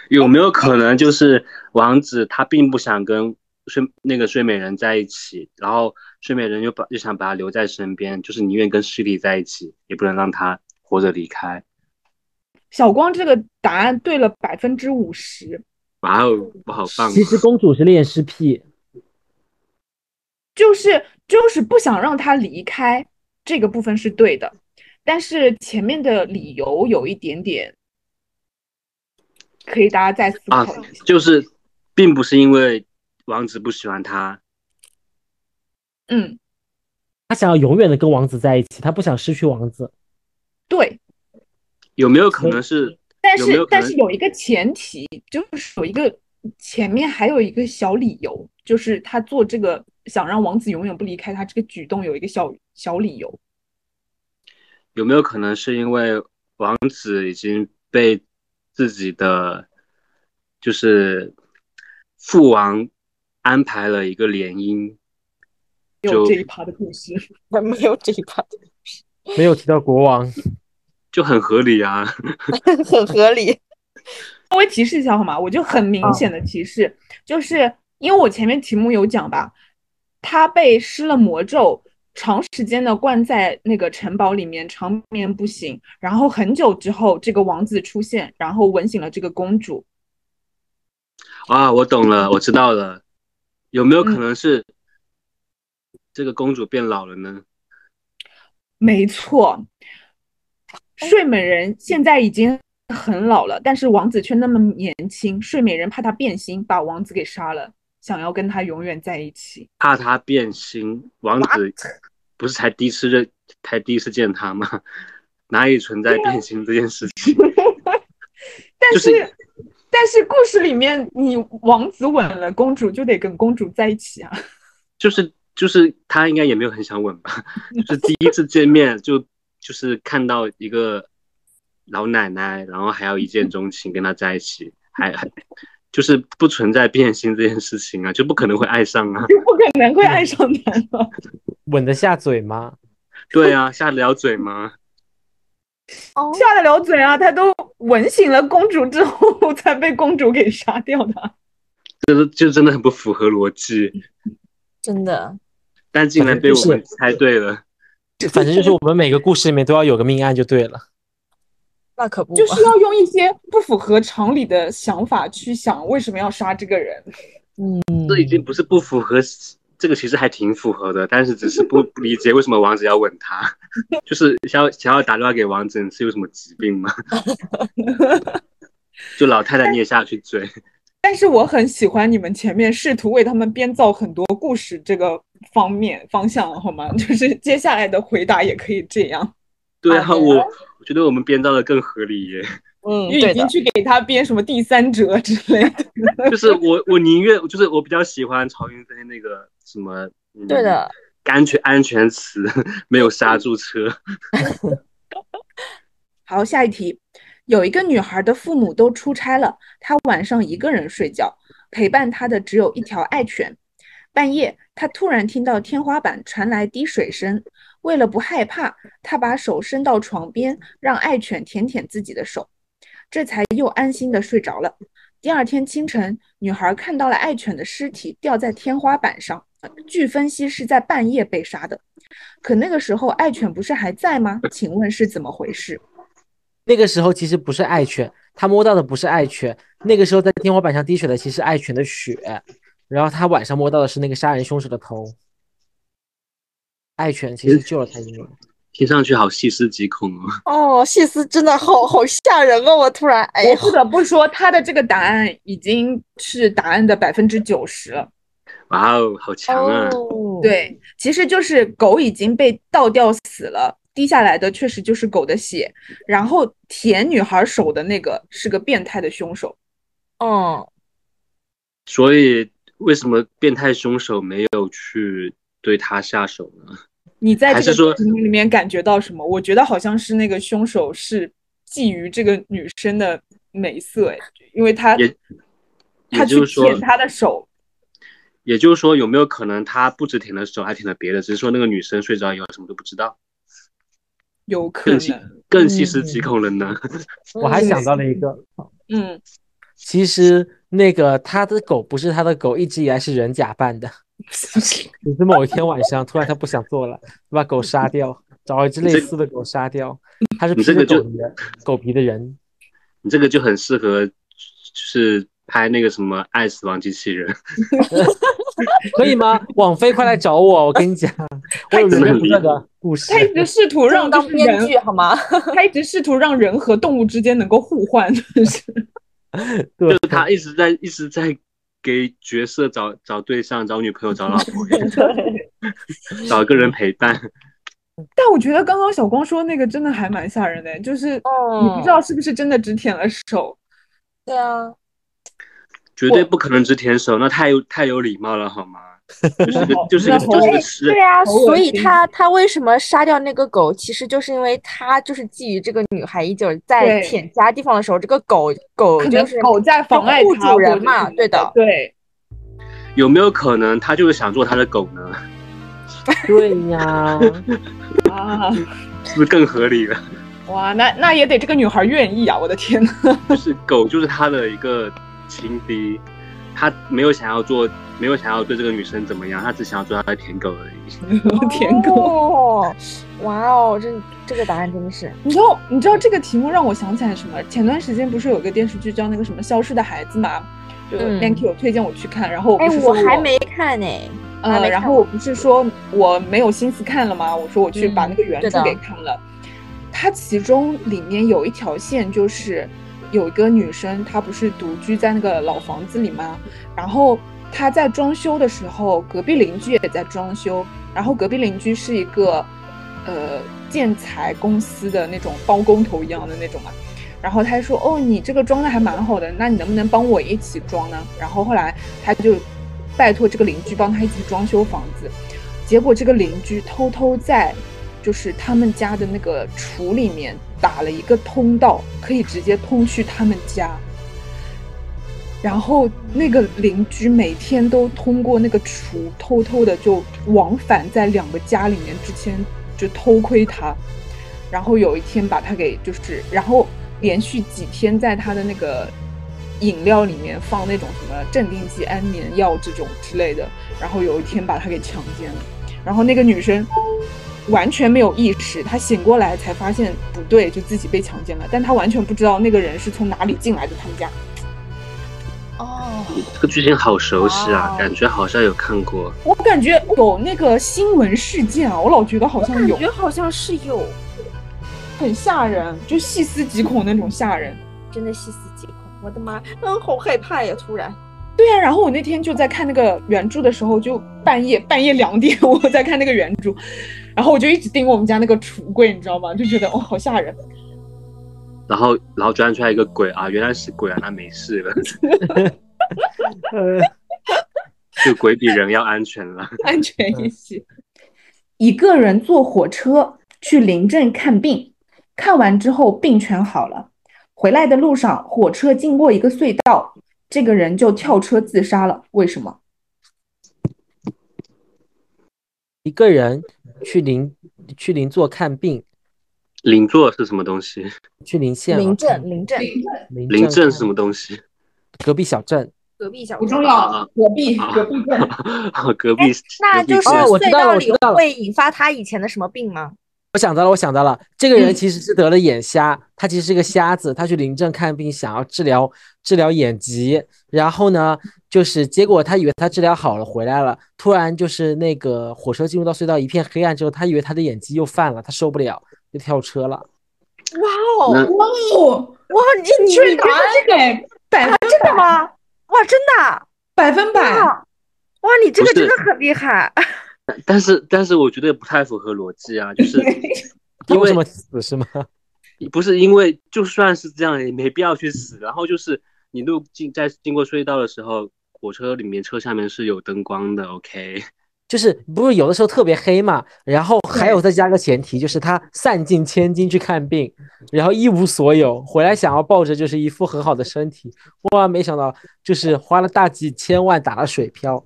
Speaker 4: 有没有可能就是王子他并不想跟睡那个睡美人在一起，然后睡美人又把又想把他留在身边，就是宁愿跟尸体在一起，也不能让他活着离开。
Speaker 1: 小光这个答案对了百分之五十，
Speaker 4: 哇哦，我好 棒！
Speaker 2: 其实公主是恋尸癖，
Speaker 1: 就是就是不想让他离开，这个部分是对的，但是前面的理由有一点点，可以大家再思
Speaker 4: 啊
Speaker 1: 考一下。
Speaker 4: 就是并不是因为王子不喜欢他，
Speaker 1: 嗯，
Speaker 2: 她想要永远的跟王子在一起，她不想失去王子。
Speaker 1: 对，
Speaker 4: 有没有可能是
Speaker 1: 但
Speaker 4: 有
Speaker 1: 是
Speaker 4: 没有可
Speaker 1: 但
Speaker 4: 能
Speaker 1: 是有一个前提，就是有一个前面还有一个小理由，就是他做这个想让王子永远不离开他这个举动有一个小小理由。
Speaker 4: 有没有可能是因为王子已经被自己的就是父王安排了一个联姻，
Speaker 1: 有
Speaker 4: 就
Speaker 1: 这一趴的故事，
Speaker 6: 没有这一趴，
Speaker 2: 没有提到国王，
Speaker 4: 就很合理啊。
Speaker 6: 很合理。
Speaker 1: 稍微提示一下好吗？我就很明显的提示，就是因为我前面题目有讲吧，他被施了魔咒，长时间的关在那个城堡里面，长眠不醒。然后很久之后，这个王子出现，然后吻醒了这个公主。
Speaker 4: 啊，我懂了，我知道了。有没有可能是这个公主变老了呢？
Speaker 1: 没错，睡美人现在已经很老了，但是王子却那么年轻。睡美人怕他变心，把王子给杀了，想要跟他永远在一起。
Speaker 4: 怕她变心，王子不是才第一次认，才第一次见她吗？ 哪里存在变心这件事情？
Speaker 1: 但
Speaker 4: 就是
Speaker 1: 是，但是故事里面，你王子吻了公主，就得跟公主在一起啊。
Speaker 4: 就是就是她应该也没有很想吻吧，就是第一次见面就就是看到一个老奶奶，然后还要一见钟情跟她在一起，还还就是不存在变心这件事情啊，就不可能会爱上啊。
Speaker 1: 难怪爱上他了。
Speaker 2: 吻得下 嘴吗？
Speaker 4: 对啊，下得了嘴吗？
Speaker 6: 哦，
Speaker 1: 下得了嘴啊，他都吻醒了公主之后，才被公主给杀掉的。
Speaker 4: 这都就真的很不符合逻辑，
Speaker 6: 真的，
Speaker 4: 但竟然被我们猜对了。
Speaker 2: 反正就是我们每个故事里面都要有个命案就对了。
Speaker 6: 那可不嘛，
Speaker 1: 就是要用一些不符合常理的想法去想，为什么要杀这个人？
Speaker 4: 这已经不是不符合，这个其实还挺符合的，但是只是不不理解为什么王子要吻她， 就是想要想要打电话给王子，你是有什么疾病吗？ 就老太太你也下去追，
Speaker 1: 但是我很喜欢你们前面试图为他们编造很多故事这个方面方向，好吗？ 就是接下来的回答也可以这样，
Speaker 4: 对啊，
Speaker 6: 好的
Speaker 4: 我我觉得我们编造的更合理耶，
Speaker 6: 嗯，
Speaker 1: 就
Speaker 6: 对
Speaker 1: 已
Speaker 6: 的
Speaker 1: 经，去给他编什么第三者之类的。
Speaker 4: 就是我我宁愿就是我比较喜欢曹云飞那个什么，嗯
Speaker 6: 对的，，
Speaker 4: 安全安全词 没有刹住车，
Speaker 1: 好，下一题，有一个女孩的父母都出差了，她晚上一个人睡觉，陪伴她的只有一条爱犬。半夜，她突然听到天花板传来滴水声，为了不害怕，她把手伸到床边，让爱犬舔舔自己的手，这才又安心的睡着了。第二天清晨，女孩看到了爱犬的尸体掉在天花板上，据分析是在半夜被杀的。可那个时候，爱犬不是还在吗？请问是怎么回事？
Speaker 2: 那个时候其实不是爱犬，他摸到的不是爱犬，那个时候在天花板上滴血的其实是爱犬的血，然后他晚上摸到的是那个杀人凶手的头。爱犬其实救了他一命，
Speaker 4: 听上去好细思极恐哦。
Speaker 6: 哦，细思真的好好吓人哦！我突然，哎
Speaker 1: 我
Speaker 6: 呀，
Speaker 1: 不得不说，他的这个答案已经是答案的百分之九十了。
Speaker 4: 哇哦，好强啊！
Speaker 6: 哦，，
Speaker 1: 对，其实就是狗已经被倒吊死了，滴下来的确实就是狗的血，然后舔女孩手的那个是个变态的凶手。
Speaker 6: 嗯，
Speaker 4: 所以为什么变态凶手没有去对他下手呢？
Speaker 1: 你在
Speaker 4: 还
Speaker 1: 这
Speaker 4: 是说
Speaker 1: 个题目里面感觉到什么？我觉得好像是那个凶手是觊觎这个女生的美色，哎，因为他
Speaker 4: 也
Speaker 1: 他
Speaker 4: 也
Speaker 1: 去
Speaker 4: 就是说
Speaker 1: 舔她的手，
Speaker 4: 也就是说，有没有可能他不止舔了手，还舔了别的？只是说那个女生睡着以后什么都不知道，
Speaker 1: 有可
Speaker 4: 更细
Speaker 1: 能。
Speaker 4: 更细思极恐了呢？
Speaker 2: 我还想到了一个，
Speaker 1: 嗯，
Speaker 2: 其实那个他的狗不是他的狗，一直以来是人假扮的，只是某一天晚上突然他不想做了，把狗杀掉，找一只类似的狗杀掉，他是
Speaker 4: 你
Speaker 2: 披
Speaker 4: 这
Speaker 2: 着
Speaker 4: 个就
Speaker 2: 狗皮的狗皮的人，
Speaker 4: 你这个就很适合，就是拍那个什么《爱死亡机器人》，
Speaker 2: 可以吗？网飞快来找我，我跟 你讲，我有源源不断的故事
Speaker 1: 他。一直试图让就
Speaker 6: 当
Speaker 1: 是
Speaker 6: 编
Speaker 1: 人，
Speaker 6: 剧好吗？
Speaker 1: 他一直试图让人和动物之间能够互换，真是
Speaker 2: 对，
Speaker 4: 就他一直在一直在给角色找找对象、找女朋友、找老婆， 找一个人陪伴。
Speaker 1: 但我觉得刚刚小光说那个真的还蛮吓人的，就是
Speaker 6: 嗯
Speaker 1: 你不知道是不是真的只舔了手。
Speaker 6: 对啊，
Speaker 4: 绝对不可能只舔手，那太有太有礼貌了好吗？就是个就是个
Speaker 1: 那好
Speaker 4: 就是个吃
Speaker 6: 对啊，
Speaker 1: 好恶
Speaker 6: 所以
Speaker 1: 心
Speaker 6: 他他为什么杀掉那个狗，其实就是因为他就是觊觎这个女孩已久，在
Speaker 1: 对
Speaker 6: 舔其他地方的时候，这个狗狗
Speaker 1: 可
Speaker 6: 就
Speaker 1: 能
Speaker 6: 是
Speaker 1: 狗在妨碍
Speaker 6: 护
Speaker 1: 他
Speaker 6: 主人
Speaker 1: 或者
Speaker 6: 嘛
Speaker 1: 什么
Speaker 6: 对的
Speaker 1: 对，
Speaker 4: 有没有可能他就是想做他的狗呢？
Speaker 2: 对呀，
Speaker 1: 啊，
Speaker 4: 是不是更合 理了？
Speaker 1: 哇，那那也得这个女孩愿意啊！我的天 呐，
Speaker 4: 就是狗就是他的一个情敌，他没有想要做，没有想要对这个女生怎么样，他只想要做他的舔狗而已。
Speaker 1: 舔狗。
Speaker 6: 哦，哇哦，这这个答案真的是
Speaker 1: 你知道你知道这个题目让我想起来什么？前段时间不是有一个电视剧叫那个什么《消失的孩子》吗？就
Speaker 6: 嗯
Speaker 1: Thank you 推荐我去看，然后我
Speaker 6: 哎
Speaker 1: 不是，说
Speaker 6: 我还没看呢、还没
Speaker 1: 呃，
Speaker 6: 看
Speaker 1: 然后我不是说我没有心思看了吗？我说我去把那个原
Speaker 6: 嗯对
Speaker 1: 著
Speaker 6: 的
Speaker 1: 给看了。它其中里面有一条线就是有一个女生，她不是独居在那个老房子里吗？然后她在装修的时候，隔壁邻居也在装修，然后隔壁邻居是一个呃建材公司的那种包工头一样的那种嘛。然后他就说：“哦，你这个装的还蛮好的，那你能不能帮我一起装呢？”然后后来他就拜托这个邻居帮他一起装修房子，结果这个邻居偷偷在就是他们家的那个厨里面打了一个通道，可以直接通去他们家。然后那个邻居每天都通过那个厨偷偷的就往返在两个家里面之间就偷窥他，然后有一天把他给就是，然后连续几天在他的那个饮料里面放那种什么镇定剂、安眠药这种之类的，然后有一天把他给强奸了，然后那个女生完全没有意识，她醒过来才发现不对，就自己被强奸了，但她完全不知道那个人是从哪里进来的他们家。
Speaker 6: 哦，
Speaker 4: 这个剧情好熟悉
Speaker 1: 哦
Speaker 4: 啊
Speaker 6: 哇，
Speaker 4: 感觉好像有看过。
Speaker 1: 我感觉有那个新闻事件啊，我老觉得好像
Speaker 6: 感
Speaker 1: 有，
Speaker 6: 觉好像是有，
Speaker 1: 很吓人，就细思极恐那种吓人。
Speaker 6: 真的细思极恐，我的妈，嗯，好害怕呀！突 然，
Speaker 1: 对啊，然后我那天就在看那个原著的时候，就半夜半夜两点 我在看那个原著，然后我就一直盯我们家那个橱柜，你知道吗？就觉得哦好吓人。
Speaker 4: 然后然后钻出来一个鬼啊，原来是鬼啊，那没事了，
Speaker 2: 呃，
Speaker 4: 就鬼比人要安全了。
Speaker 1: 安全一些。
Speaker 7: 一个人坐火车去临镇看病，看完之后病全好了。回来的路上，火车经过一个隧道，这个人就跳车自杀了。为什么？
Speaker 2: 一个人去邻去邻座看病，
Speaker 4: 邻座是什么东西？
Speaker 2: 去邻县啊
Speaker 6: 临阵，临阵，
Speaker 2: 邻
Speaker 4: 邻镇
Speaker 2: 镇
Speaker 4: 是什么东西？
Speaker 2: 隔壁小镇。
Speaker 6: 隔壁小
Speaker 7: 不重
Speaker 6: 镇
Speaker 7: 要，隔壁
Speaker 4: 啊
Speaker 7: 隔壁镇。
Speaker 4: 哦隔壁
Speaker 6: 哎那就是
Speaker 2: 哦我知
Speaker 6: 隧道
Speaker 2: 道了我
Speaker 6: 里
Speaker 2: 知道了
Speaker 6: 会引发他以前的什么病吗？
Speaker 2: 我想到了，我想到了，这个人
Speaker 7: 嗯
Speaker 2: 其实是得了眼瞎，他其实是个瞎子，他去临镇看病，想要治疗治疗眼疾，然后呢，就是结果他以为他治疗好了回来了，突然就是那个火车进入到隧道一片黑暗之后，他以为他的眼疾又犯了，他受不了就跳车了。
Speaker 6: 哇哦，
Speaker 4: 那
Speaker 7: 哇哦，
Speaker 6: 哇，你你你答案
Speaker 7: 这个百分
Speaker 6: 真的吗？哇，真的啊，
Speaker 7: 百分
Speaker 1: 哎
Speaker 7: 百
Speaker 6: 哇，哇，你这个
Speaker 4: 不是
Speaker 6: 真的很厉害，
Speaker 4: 但是但是我觉得不太符合逻辑啊，就是
Speaker 2: 他
Speaker 4: 因
Speaker 2: 为
Speaker 4: 为
Speaker 2: 什么死是吗？
Speaker 4: 不是因为就算是这样也没必要去死。然后就是你路进在经过隧道的时候，火车里面车下面是有灯光的，OK？
Speaker 2: 就是不是有的时候特别黑嘛，然后还有再加个前提，就是他散尽千金去看病，然后一无所有，回来想要抱着就是一副很好的身体，哇，没想到就是花了大几千万打了水漂，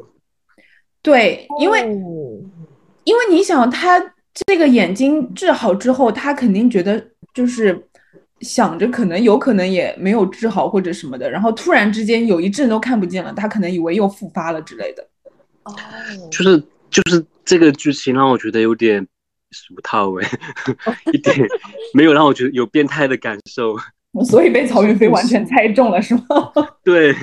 Speaker 7: 对，因为
Speaker 6: 哦
Speaker 7: 因为你想，他这个眼睛治好之后，他肯定觉得就是想着可能有可能也没有治好或者什么的，然后突然之间有一阵都看不见了，他可能以为又复发了之类的。
Speaker 6: 哦
Speaker 4: 就是就是这个剧情让我觉得有欸 点俗套哎、一点没有让我觉得有变态的感受。
Speaker 1: 所以被曹云飞完全猜中了，是吗？
Speaker 4: 对，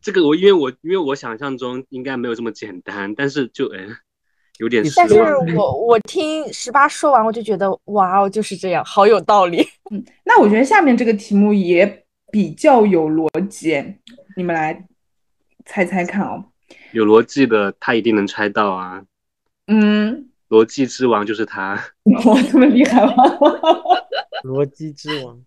Speaker 4: 这个我因为我因为我想象中应该没有这么简单，但是就哎有点啊失
Speaker 6: 但是
Speaker 4: 望。
Speaker 6: 我我听十八说完，我就觉得哇哦，就是这样，好有道理。
Speaker 1: 那我觉得下面这个题目也比较有逻辑，你们来猜猜看哦。
Speaker 4: 有逻辑的他一定能猜到啊，
Speaker 1: 嗯，
Speaker 4: 逻辑之王就是他。
Speaker 1: 我这么厉害吗？
Speaker 2: 逻辑之王，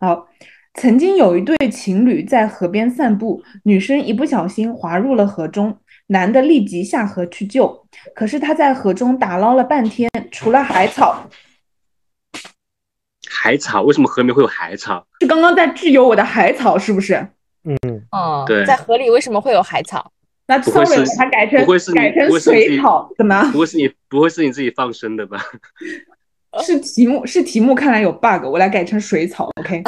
Speaker 1: 好，曾经有一对情侣在河边散步，女生一不小心滑入了河中，男的立即下河去救。可是他在河中打捞了半天，除了海草，
Speaker 4: 海草为什么河里面会有海草？
Speaker 1: 是刚刚在质疑我的海草是不是？
Speaker 2: 嗯，
Speaker 6: 嗯
Speaker 4: 对
Speaker 6: 在河里为什么会有海草？
Speaker 1: 那
Speaker 4: 不会
Speaker 1: sorry，
Speaker 4: 是
Speaker 1: 把它改成
Speaker 4: 不会是你
Speaker 1: 改成
Speaker 4: 不会是你自
Speaker 1: 水
Speaker 4: 己
Speaker 1: 草，怎么？
Speaker 4: 不会是你不会是你自己放生的吧？
Speaker 1: 是题目是题目看来有 bug，我来改成水草，OK？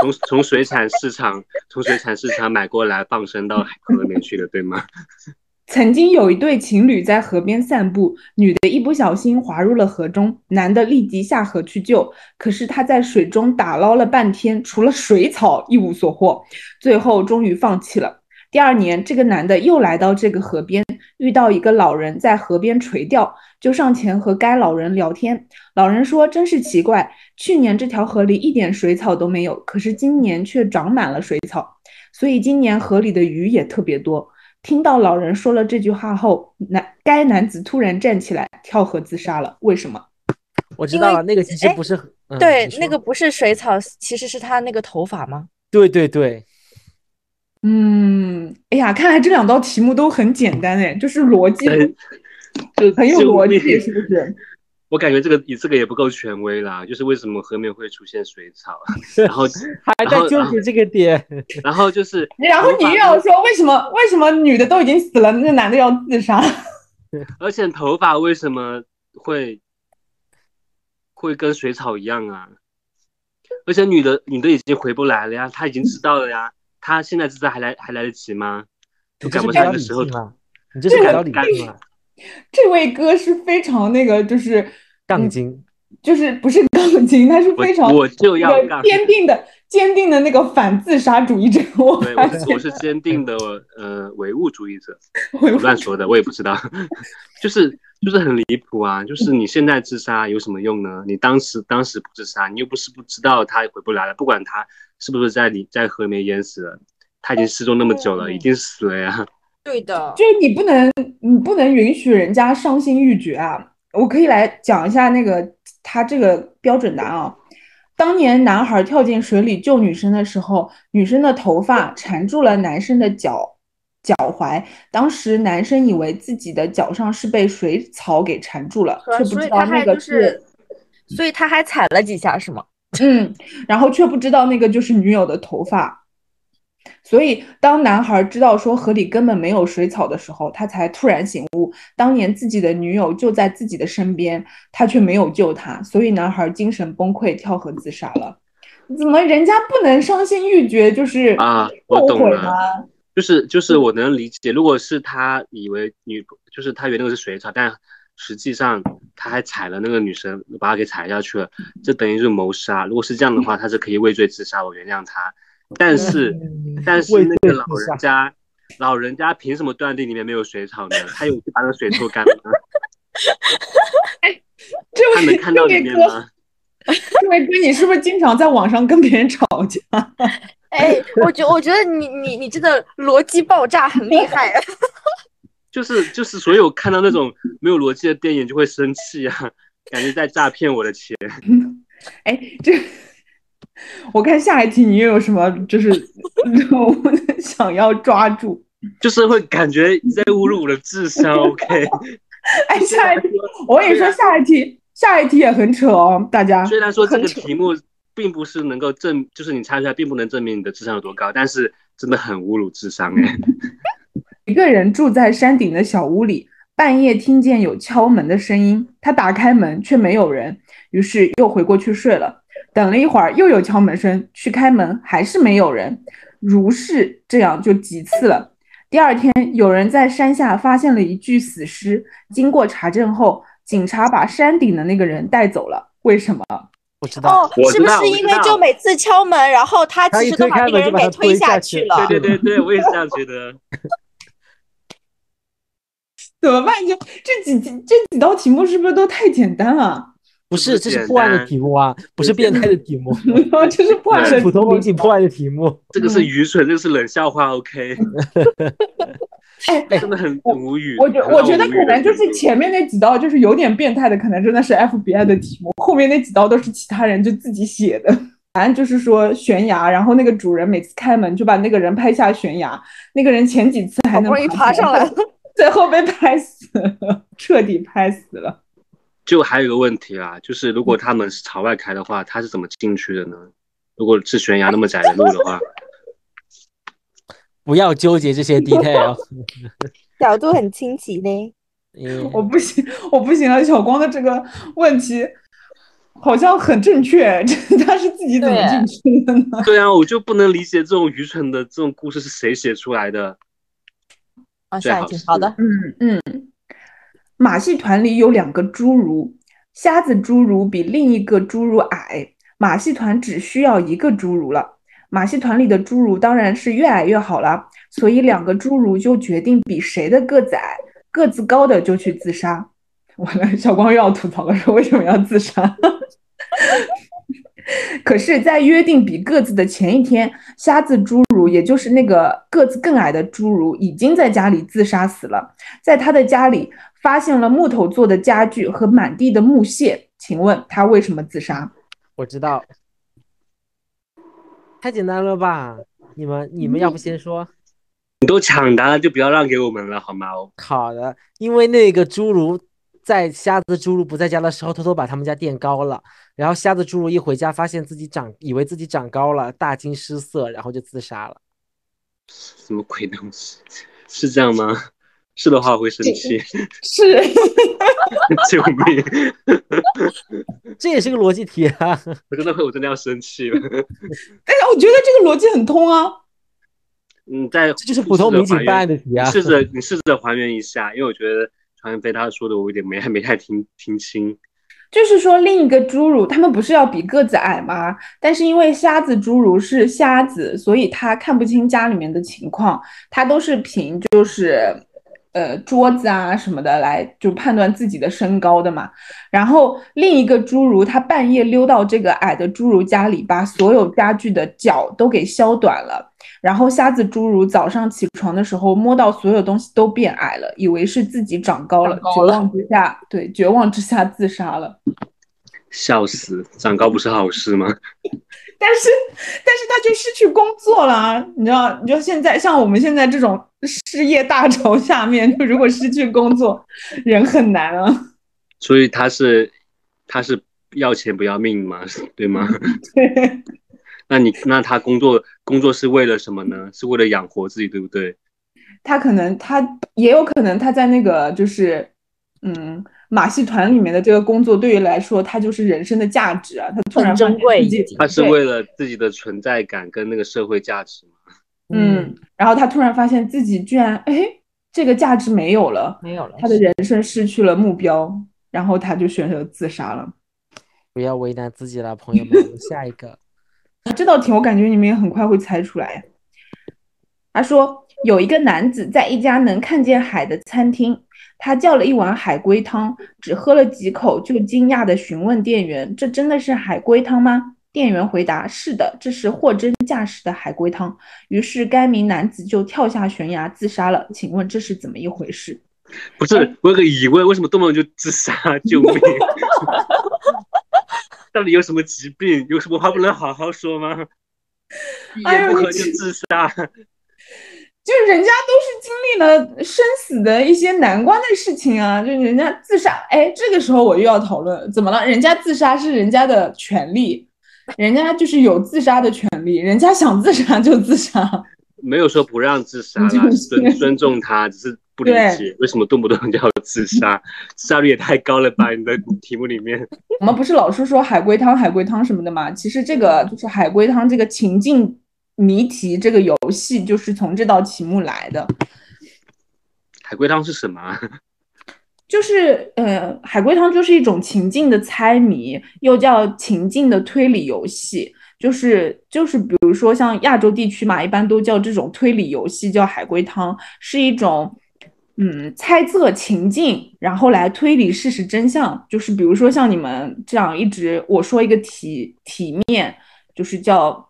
Speaker 4: 从从水产市场从水产市场买过来放生到河里面去的，对吗？
Speaker 1: 曾经有一对情侣在河边散步，女的一不小心滑入了河中，男的立即下河去救。可是他在水中打捞了半天，除了水草一无所获，最后终于放弃了。第二年，这个男的又来到这个河边，遇到一个老人在河边垂钓，就上前和该老人聊天。老人说：“真是奇怪，去年这条河里一点水草都没有，可是今年却长满了水草，所以今年河里的鱼也特别多。”听到老人说了这句话后，男该男子突然站起来跳河自杀了。为什么？
Speaker 2: 我知道
Speaker 6: 因
Speaker 2: 了，那个其实
Speaker 6: 哎
Speaker 2: 不是很，嗯
Speaker 6: 对
Speaker 2: 你，说
Speaker 6: 那个不是水草，其实是他那个头发吗？
Speaker 2: 对对对，
Speaker 1: 嗯，哎呀，看来这两道题目都很简单哎，就是逻辑
Speaker 4: 很
Speaker 1: 很有逻
Speaker 4: 救
Speaker 1: 辑，
Speaker 4: 命
Speaker 1: 是不 是？
Speaker 4: 我感觉这个你这个也不够权威啦，就是为什么河里面会出现水草， 然后
Speaker 2: 还
Speaker 4: 然
Speaker 2: 在
Speaker 4: 后
Speaker 2: 纠
Speaker 4: 然后
Speaker 2: 结这个点，
Speaker 4: 然后就是
Speaker 1: 然后你又要说为什么为什么女的都已经死了，那男的要自杀？
Speaker 4: 而且头发为什么会会跟水草一样啊？而且女的女的已经回不来了呀，她已经知道了呀，她现在自杀还来还来得及吗？就
Speaker 2: 你这
Speaker 4: 赶
Speaker 2: 是
Speaker 4: 不上那
Speaker 2: 比较理
Speaker 4: 个时候
Speaker 2: 性，了，你这是比较理
Speaker 4: 感
Speaker 2: 性了，
Speaker 1: 这位哥是非常那个，就是
Speaker 2: 杠精，
Speaker 1: 就是不是杠精，他是非常
Speaker 4: 我我就要
Speaker 1: 那个
Speaker 4: 杠
Speaker 1: 坚定的坚定的那个反自杀主义者。我
Speaker 4: 对
Speaker 1: 发
Speaker 4: 我是
Speaker 1: 现
Speaker 4: 我是坚定的呃唯物主义者，
Speaker 1: 我
Speaker 4: 我乱说的，我也不知道， 就是就是很离谱啊！就是你现在自杀有什么用呢？你当时当时不自杀，你又不是不知道他回不来了，不管他是不是在里在河里面淹死了，他已经失踪那么久了，已经死了呀。
Speaker 6: 对的，
Speaker 1: 就是你不能，你不能允许人家伤心欲绝啊！我可以来讲一下那个他这个标准答案啊。当年男孩跳进水里救女生的时候，女生的头发缠住了男生的脚脚踝，当时男生以为自己的脚上是被水草给缠住了，却不
Speaker 6: 所
Speaker 1: 知
Speaker 6: 以
Speaker 1: 道
Speaker 6: 他
Speaker 1: 那
Speaker 6: 还
Speaker 1: 个
Speaker 6: 就是是，所以他还踩了几下是吗？
Speaker 1: 嗯，然后却不知道那个就是女友的头发。所以，当男孩知道说河里根本没有水草的时候，他才突然醒悟，当年自己的女友就在自己的身边，他却没有救她，所以男孩精神崩溃，跳河自杀了。怎么人家不能伤心欲绝，就是
Speaker 4: 啊我
Speaker 1: 后
Speaker 4: 懂
Speaker 1: 悔
Speaker 4: 了
Speaker 1: 吗？
Speaker 4: 就是
Speaker 2: 嗯
Speaker 4: 就是我能理解，如果是他以为女就是他原那个是水草，但实际上他还踩了那个女生，把她给踩下去了，
Speaker 2: 嗯
Speaker 4: 这等于是谋杀。如果是这样的话，他是可以畏罪自杀，我原谅他。但是但是
Speaker 2: 嗯畏
Speaker 4: 那
Speaker 2: 罪
Speaker 4: 个老
Speaker 2: 自杀
Speaker 4: 人家，老人家凭什么断定里面没有水草呢？他有去把那水抽干吗？他
Speaker 1: 这
Speaker 4: 能
Speaker 1: 位
Speaker 4: 看到
Speaker 1: 这
Speaker 4: 里
Speaker 1: 位
Speaker 4: 面
Speaker 1: 哥，
Speaker 4: 吗？
Speaker 1: 这位哥，你是不是经常在网上跟别人吵架？
Speaker 6: 哎，我觉我觉得你你你真的逻辑爆炸很厉害，
Speaker 4: 就是就是所有看到那种没有逻辑的电影就会生气啊，感觉在诈骗我的钱。
Speaker 1: 哎，这我看下一题你又有什么就是 我们想要抓住？
Speaker 4: 就是会感觉在侮辱我的智商。OK，
Speaker 1: 哎，下一题我跟你说，下一题下一题也很扯哦，大家
Speaker 4: 虽然说这个
Speaker 6: 很扯
Speaker 4: 题目并不是能够证，就是你猜出来并不能证明你的智商有多高，但是真的很侮辱智商哎、
Speaker 1: 一个人住在山顶的小屋里，半夜听见有敲门的声音，他打开门却没有人，于是又回过去睡了。等了一会儿，又有敲门声，去开门还是没有人，如是这样就几次了。第二天，有人在山下发现了一具死尸，经过查证后，警察把山顶的那个人带走了。为什么？
Speaker 2: 我知道，
Speaker 6: 哦，
Speaker 4: 我
Speaker 6: 是
Speaker 4: 知
Speaker 6: 不
Speaker 4: 道
Speaker 6: 是
Speaker 4: 我
Speaker 6: 因
Speaker 4: 知
Speaker 6: 为
Speaker 4: 道
Speaker 6: 就每次敲门，然后他
Speaker 2: 他
Speaker 6: 其
Speaker 2: 一
Speaker 6: 实都
Speaker 2: 推开
Speaker 6: 把那个
Speaker 2: 门就
Speaker 6: 人
Speaker 2: 把
Speaker 6: 给
Speaker 2: 他
Speaker 6: 推
Speaker 2: 推下
Speaker 6: 去
Speaker 2: 去
Speaker 6: 了？
Speaker 4: 对对对对，我也是这样觉得。
Speaker 1: 怎么办？就这几题这几道题目是不是都太简单了？
Speaker 2: 不
Speaker 4: 不
Speaker 2: 是，这是
Speaker 4: 简
Speaker 2: 破案的
Speaker 4: 单
Speaker 2: 题目啊，不是变态的 题目，
Speaker 1: 就是不
Speaker 4: 对
Speaker 1: 按
Speaker 2: 是
Speaker 1: 的
Speaker 2: 普通民警破案的题目。
Speaker 4: 这个是
Speaker 1: 嗯
Speaker 4: 愚蠢，这个是冷笑话，OK，
Speaker 1: 哎，
Speaker 4: 真的很很无语。
Speaker 1: 我觉
Speaker 4: 很
Speaker 1: 我觉得
Speaker 4: 无语
Speaker 1: 可能
Speaker 4: 的
Speaker 1: 就是前面那几道就是有点变态的，可能真的是 FBI 的题目，后面那几道都是其他人就自己写的。 答案就是说悬崖，然后那个主人每次开门就把那个人拍下悬崖，那个人前几次还
Speaker 6: 好
Speaker 1: 能
Speaker 6: 不容易爬上来了，
Speaker 1: 最后被拍死了，彻底拍死了。
Speaker 4: 就还有一个问题啦，就是如果他们是朝外开的话，他是怎么进去的呢？如果是悬崖那么窄的路的 话，
Speaker 2: 不要纠结这 些 detail。
Speaker 6: 角度很清奇呢。
Speaker 2: 嗯
Speaker 1: 我不行，我不行了。小光的这个问题好像很正确， 这他是自己怎么进去的呢？
Speaker 4: 对啊，我就不能理解这种愚蠢的这种故事是谁写出来的。
Speaker 6: 啊，
Speaker 4: 最
Speaker 6: 下一
Speaker 4: 好
Speaker 6: 题
Speaker 4: 是，
Speaker 6: 好的，
Speaker 1: 嗯嗯，马戏团里有两个侏儒，瞎子侏儒比另一个侏儒矮，马戏团只需要一个侏儒了。马戏团里的侏儒当然是越矮越好啦，所以两个侏儒就决定比谁的个子矮，个子高的就去自杀。完了，小光又要吐槽了，说为什么要自杀？ 可是，在约定比个子的前一天，瞎子侏儒，也就是那个个子更矮的侏儒，已经在家里自杀死了。在他的家里发现了木头做的家具和满地的木屑，请问他为什么自杀？
Speaker 2: 我知道，太简单了吧？你们你们要不先说？
Speaker 4: 你都抢答了，就不要让给我们了，好吗？
Speaker 2: 好的，因为那个侏儒在瞎子侏儒不在家的时候，偷偷把他们家垫高了。然后瞎子侏儒一回家，发现自己长，以为自己长高了，大惊失色，然后就自杀了。
Speaker 4: 什么鬼东西？是这样吗？是的话我会生气，
Speaker 1: 是
Speaker 4: 救命！
Speaker 2: 这也是个逻辑题 啊！
Speaker 4: 我真的会，我真的要生气了。
Speaker 1: 哎，我觉得这个逻辑很通啊。
Speaker 4: 嗯，在
Speaker 2: 这就是普通民警办案的题啊
Speaker 4: 你！试着你试着还原一下，因为我觉得传元飞他说的我有点没没太听听清。
Speaker 1: 就是说，另一个侏儒他们不是要比个子矮吗？但是因为瞎子侏儒是瞎子，所以他看不清家里面的情况，他都是凭就是呃桌子啊什么的来就判断自己的身高的嘛。然后另一个侏儒他半夜溜到这个矮的侏儒家里，把所有家具的脚都给削短了。然后瞎子侏儒早上起床的时候摸到所有东西都变矮了，以为是自己长高了，
Speaker 8: 长高
Speaker 1: 绝
Speaker 8: 了
Speaker 1: 望之下，对，绝望之下自杀了。
Speaker 4: 笑死，长高不是好事吗？
Speaker 1: 但是，但是他就失去工作了啊！你知道，你知道现在像我们现在这种失业大潮下面，就如果失去工作，人很难啊。
Speaker 4: 所以他是他是要钱不要命吗？ 对吗？
Speaker 1: 对，
Speaker 4: 那你那他工作工作是为了什么呢？是为了养活自己，对不对？
Speaker 1: 他可能他也有可能他在那个就是，嗯，马戏团里面的这个工作对于来说，他就是人生的价值啊。他突然
Speaker 9: 很珍
Speaker 1: 发现
Speaker 9: 贵
Speaker 1: 自己
Speaker 9: 已经
Speaker 4: 他是
Speaker 1: 对
Speaker 4: 为了自己的存在感跟那个社会价值吗？
Speaker 1: 嗯，然后他突然发现自己居然哎，这个价值没有了，
Speaker 8: 没有了。
Speaker 1: 他的人生失去了目标，然后他就选择自杀了。
Speaker 2: 不要为难自己了，朋友们。我们下一个，
Speaker 1: 啊这道题我感觉你们也很快会猜出来。他说有一个男子在一家能看见海的餐厅，他叫了一碗海龟汤，只喝了几口就惊讶地询问店员：“这真的是海龟汤吗？”店员回答：“是的，这是货真价实的海龟汤。”于是该名男子就跳下悬崖自杀了。请问这是怎么一回事？
Speaker 4: 不
Speaker 1: 哎
Speaker 4: 是，我有个疑问，为什么动不动就自 杀？救命！到底有什么疾病？有什么话不能好好说吗？一
Speaker 1: 哎呦
Speaker 4: 言不合
Speaker 1: 你
Speaker 4: 就自杀，
Speaker 1: 就是人家都是经历了生死的一些难关的事情啊，就人家自杀，哎，这个时候我又要讨论怎么了？人家自杀是人家的权利，人家就是有自杀的权利，人家想自杀就自杀。
Speaker 4: 没有说不让自杀
Speaker 1: 你
Speaker 4: 啦，
Speaker 1: 就是
Speaker 4: 尊尊重他，只是不理解为什么动不动就要自杀，自杀率也太高了吧？你的题目里面，
Speaker 1: 我们不是老是说海龟汤、海龟汤什么的嘛？其实这个就是海龟汤这个情境谜题这个游戏，就是从这道题目来的。
Speaker 4: 海龟汤是什么啊？
Speaker 1: 就是呃，海龟汤就是一种情境的猜谜，又叫情境的推理游戏。就是就是，比如说像亚洲地区嘛，一般都叫这种推理游戏叫海龟汤，是一种嗯猜测情境，然后来推理事实真相。就是比如说像你们这样一直我说一个题题面，就是叫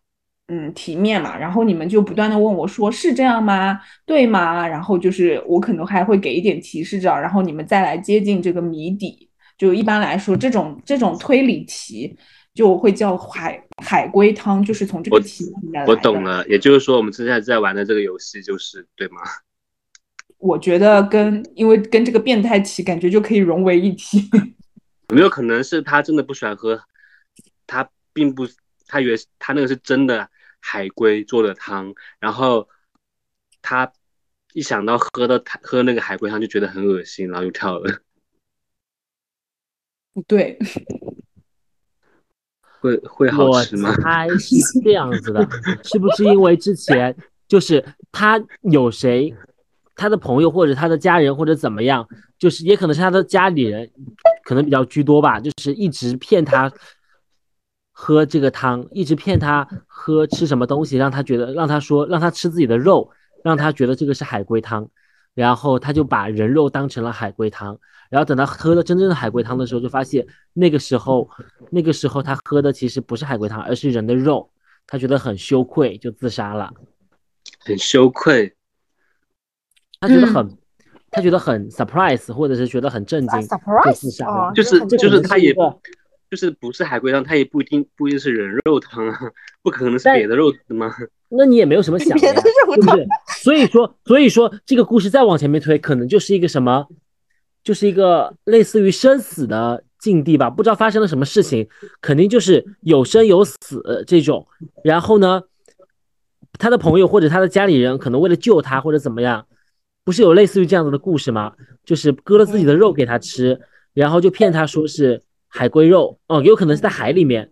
Speaker 1: 嗯题面嘛，然后你们就不断的问我说是这样吗？对吗？然后就是我可能还会给一点提示这样，然后你们再来接近这个谜底。就一般来说，这种这种推理题就会叫海海龟汤，就是从这个
Speaker 4: 我
Speaker 1: 题里面来的。
Speaker 4: 我懂了，也就是说我们现在在玩的这个游戏就是对吗？
Speaker 1: 我觉得跟因为跟这个变态体感觉就可以融为一体。
Speaker 4: 有没有可能是他真的不喜欢喝？他并不，他以为他那个是真的海龟做的汤，然后他一想到喝到他喝那个海龟汤就觉得很恶心，然后就跳了。
Speaker 1: 不对，
Speaker 4: 会会好
Speaker 2: 我
Speaker 4: 吃吗？
Speaker 2: 猜是这样子的，是不是因为之前就是他有谁，他的朋友或者他的家人或者怎么样，就是也可能是他的家里人，可能比较居多吧，就是一直骗他喝这个汤，一直骗他喝吃什么东西，让他觉得让他说让他吃自己的肉，让他觉得这个是海龟汤，然后他就把人肉当成了海龟汤。然后等他喝了真正的海龟汤的时候，就发现那个时候，那个时候他喝的其实不是海龟汤，而是人的肉。他觉得很羞愧，就自杀了。
Speaker 4: 很羞愧，
Speaker 2: 他觉得很，
Speaker 6: 嗯
Speaker 2: 他觉得很 surprise，或者是觉得很震惊，就自杀了。
Speaker 6: 哦
Speaker 4: 就
Speaker 6: 这
Speaker 4: 是
Speaker 6: 很
Speaker 2: 这
Speaker 4: 就
Speaker 2: 可
Speaker 4: 是
Speaker 2: 能
Speaker 4: 他
Speaker 2: 一
Speaker 4: 也
Speaker 2: 个
Speaker 4: 就是不是海龟汤，他也不一定不一定是人肉汤啊，不可能是
Speaker 2: 但
Speaker 4: 别的肉的吗？
Speaker 2: 那你也没有什么想的
Speaker 6: 别
Speaker 2: 呀，
Speaker 6: 的肉
Speaker 2: 对不 对？所以说，所以说这个故事再往前面推，可能就是一个什么，就是一个类似于生死的境地吧。不知道发生了什么事情，肯定就是有生有死呃这种。然后呢，他的朋友或者他的家里人可能为了救他或者怎么样，不是有类似于这样子的故事吗？就是割了自己的肉给他吃，然后就骗他说是海龟肉哦，有可能是在海里面，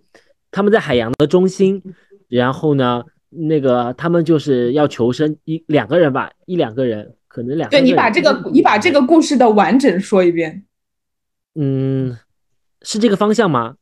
Speaker 2: 他们在海洋的中心，然后呢，那个他们就是要求生一两个人吧，一两个人，可能两
Speaker 1: 对
Speaker 2: 三
Speaker 1: 你
Speaker 2: 人
Speaker 1: 把这个你把这个故事的完整说一遍。
Speaker 2: 嗯，是这个方向吗？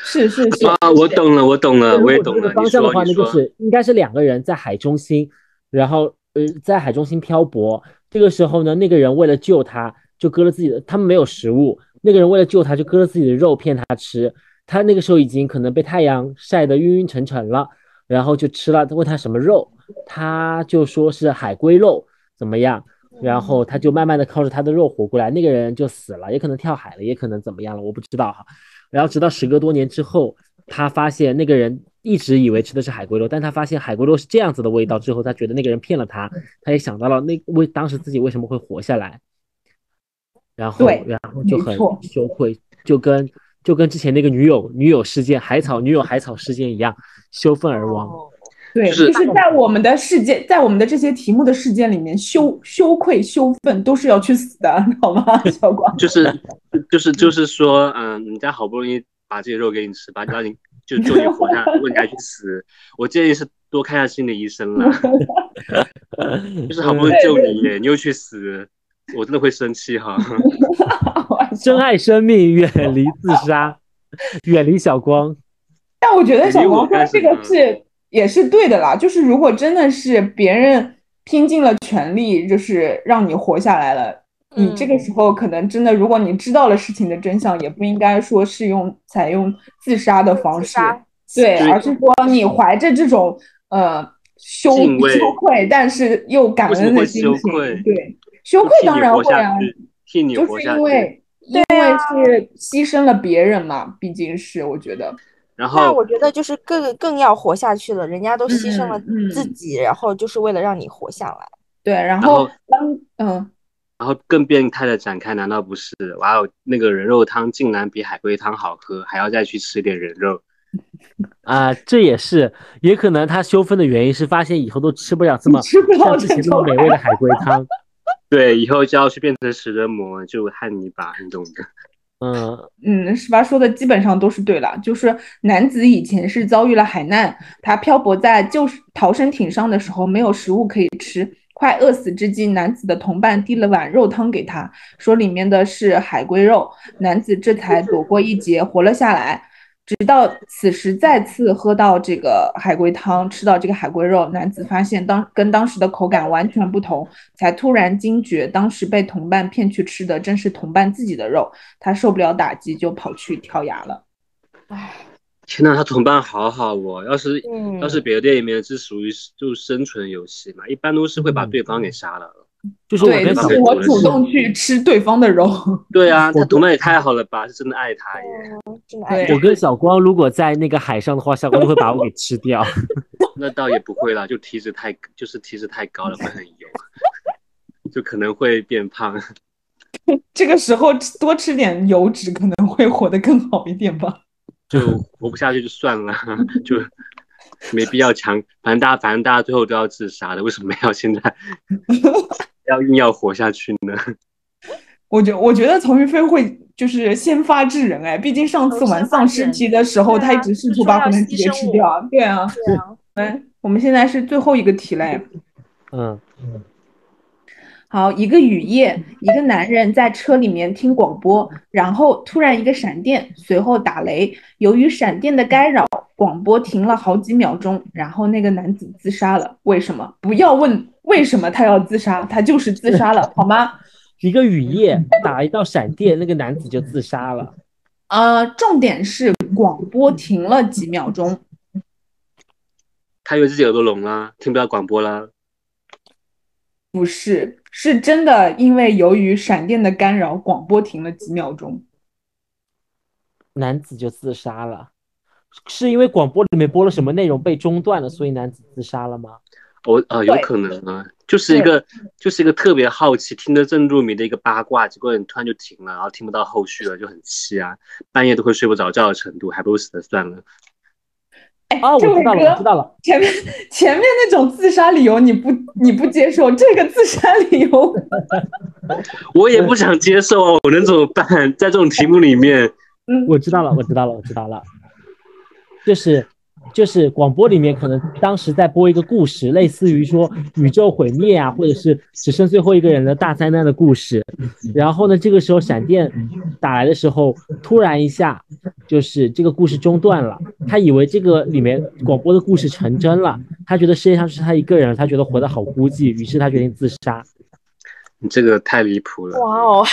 Speaker 1: 是是是，
Speaker 4: 啊，我懂了，我懂了，
Speaker 2: 如
Speaker 4: 我也
Speaker 2: 果
Speaker 4: 懂
Speaker 2: 是
Speaker 4: 了
Speaker 2: 这个。方
Speaker 4: 你
Speaker 2: 向的
Speaker 4: 说
Speaker 2: 话，
Speaker 4: 你
Speaker 2: 那就
Speaker 4: 说，
Speaker 2: 是应该是两个人在海中心，然后呃在海中心漂泊。这个时候呢，那个人为了救他，就割了自己的，他们没有食物，那个人为了救他，就割了自己的肉骗他吃。他那个时候已经可能被太阳晒得晕晕沉沉了，然后就吃了。问他什么肉，他就说是海龟肉，怎么样？
Speaker 1: 嗯
Speaker 2: 然后他就慢慢的靠着他的肉活过来，那个人就死了，也可能跳海了，也可能怎么样了，我不知道哈。然后直到时隔多年之后，他发现那个人一直以为吃的是海龟肉，但他发现海龟肉是这样子的味道之后，他觉得那个人骗了他，
Speaker 1: 嗯
Speaker 2: 他也想到了那为当时自己为什么会活下来，然后
Speaker 1: 对
Speaker 2: 然后就
Speaker 1: 没
Speaker 2: 很
Speaker 1: 错
Speaker 2: 羞愧，就跟就跟之前那个女友女友事件海草女友海草事件一样，羞愤而亡。
Speaker 1: 哦对，
Speaker 4: 就是
Speaker 1: 就是在我们的世界，在我们的这些题目的事件里面，羞羞愧、羞愤都是要去死的， 好吗，小广？
Speaker 4: 就是就是就是说，嗯，人家好不容易把这些肉给你吃，把让你就救你活下来，问你还去死，我建议是多看一下心理医生啦。
Speaker 2: 嗯
Speaker 4: 就是好不容易救你耶，你又去死，我真的会生气哈。
Speaker 2: 珍爱生命，远离自杀，远离小光。
Speaker 1: 但我觉得小黄说这
Speaker 4: 你离我
Speaker 1: 个
Speaker 4: 干什么
Speaker 1: 是也是对的啦，就是如果真的是别人拼尽了全力，就是让你活下来了，你这
Speaker 4: 嗯
Speaker 1: 个时候可能真的，如果你知道了事情的真相，也不应该说是用采用自杀的方式，对，
Speaker 4: 对
Speaker 1: 而是说你怀着这种呃羞
Speaker 4: 敬畏
Speaker 1: 羞愧，但是又感恩的心
Speaker 4: 为什
Speaker 1: 情
Speaker 4: 么会羞愧，
Speaker 1: 对，羞愧
Speaker 4: 替你
Speaker 1: 当然
Speaker 4: 活
Speaker 1: 会啊
Speaker 4: 下，去，替你
Speaker 1: 就
Speaker 4: 活
Speaker 1: 是
Speaker 4: 下
Speaker 1: 因
Speaker 4: 去。
Speaker 1: 为因为是牺牲了别人嘛，毕竟是我觉得。
Speaker 4: 然
Speaker 6: 那
Speaker 4: 后
Speaker 6: 我觉得就是更更要活下去了，人家都牺牲了
Speaker 1: 嗯嗯
Speaker 6: 自己，然后就是为了让你活下来。
Speaker 1: 对，然
Speaker 4: 后
Speaker 1: 后当嗯，
Speaker 4: 然后更变态的展开，难道不是？哇哦，那个人肉汤竟然比海龟汤好喝，还要再去吃点人肉。
Speaker 2: 啊、这也是，也可能他羞愤的原因是发现以后都吃不了这么
Speaker 1: 吃不了
Speaker 2: 像之前
Speaker 1: 这
Speaker 2: 这么
Speaker 1: 种
Speaker 2: 美味的海龟汤。
Speaker 4: 对，以后就要去变成食人魔，就汉尼拔，你懂的。
Speaker 2: 嗯，
Speaker 1: 嗯，十八说的基本上都是对了。就是男子以前是遭遇了海难，他漂泊在救逃生艇上的时候没有食物可以吃，快饿死之际，男子的同伴递了碗肉汤给他，说里面的是海龟肉。男子这才躲过一劫，活了下来。直到此时再次喝到这个海龟汤，吃到这个海龟肉，男子发现当跟当时的口感完全不同，才突然惊觉当时被同伴骗去吃的正是同伴自己的肉。他受不了打击，就跑去跳崖了。
Speaker 4: 天呐，他同伴好好哦！要是、
Speaker 6: 嗯
Speaker 4: 要是别的电影里面是属于就生存游戏嘛，一般都是会把对方给杀了。
Speaker 2: 就是我
Speaker 1: 对，
Speaker 2: 跟
Speaker 4: 就
Speaker 2: 小
Speaker 4: 是
Speaker 1: 是我主动去吃对方的肉。
Speaker 4: 对啊，
Speaker 2: 我
Speaker 4: 他同伴也太好了吧，是真的爱他耶。
Speaker 6: 真的
Speaker 1: 对
Speaker 6: 爱
Speaker 2: 我跟小光如果在那个海上的话，小光就会把我给吃掉。
Speaker 4: 那倒也不会啦，就体脂太就是体脂太高了，会很油， 就可能会变胖。
Speaker 1: 这个时候吃多吃点油脂可能会活得更好一点吧。
Speaker 4: 就活不下去就算了， 就没必要强。反正大家反正大家最后都要自杀的，为什么要现在 要硬要活下去呢？
Speaker 1: 我觉我觉得曹云飞会就是先发制人哎，毕竟上
Speaker 6: 哦
Speaker 1: 次玩丧尸题的时候，
Speaker 6: 对啊
Speaker 1: 他一直试图把火能直接吃掉啊。对啊，
Speaker 6: 对啊，
Speaker 1: 哎，我们现在是最后一个题嘞。
Speaker 2: 嗯，
Speaker 1: 好，一个雨夜，一个男人在车里面听广播，然后突然一个闪电，随后打雷。由于闪电的干扰，广播停了好几秒钟，然后那个男子自杀了。为什么？不要问为什么他要自杀，他就是自杀了，好吗？
Speaker 2: 一个雨夜打了一道闪电，那个男子就自杀了。
Speaker 1: 呃，重点是广播停了几秒钟，
Speaker 4: 他以为自己耳朵聋啦，听不到广播啦。
Speaker 1: 不是，是真的，因为由于闪电的干扰，广播停了几秒钟。
Speaker 2: 男子就自杀了，是因为广播里面播了什么内容被中断了，所以男子自杀了吗？
Speaker 4: 我呃，有可能啊，就是一个就是一个特别好奇、听得正入迷的一个八卦，结果你突然就停了，然后听不到后续了，就很气啊，半夜都会睡不着觉的程度，还不如死了算了。
Speaker 2: 啊，我
Speaker 1: 哎这
Speaker 2: 知道
Speaker 1: 位哥
Speaker 2: 了，我知道了，
Speaker 1: 前面前面那种自杀理由你不你不接受，这个自杀理由，
Speaker 4: 我
Speaker 1: 嗯
Speaker 4: 也不想接受啊，我能怎么办？ 在这种题目里面，
Speaker 2: 我知道了，我知道了，我知道了，就是就是广播里面可能当时在播一个故事，类似于说宇宙毁灭啊，或者是只剩最后一个人的大灾难的故事。然后呢，这个时候闪电打来的时候，突然一下，就是这个故事中断了。他以为这个里面广播的故事成真了，他觉得世界上是他一个人，他觉得活得好孤寂，于是他决定自杀。
Speaker 4: 你这个太离谱了。
Speaker 6: 哇哦，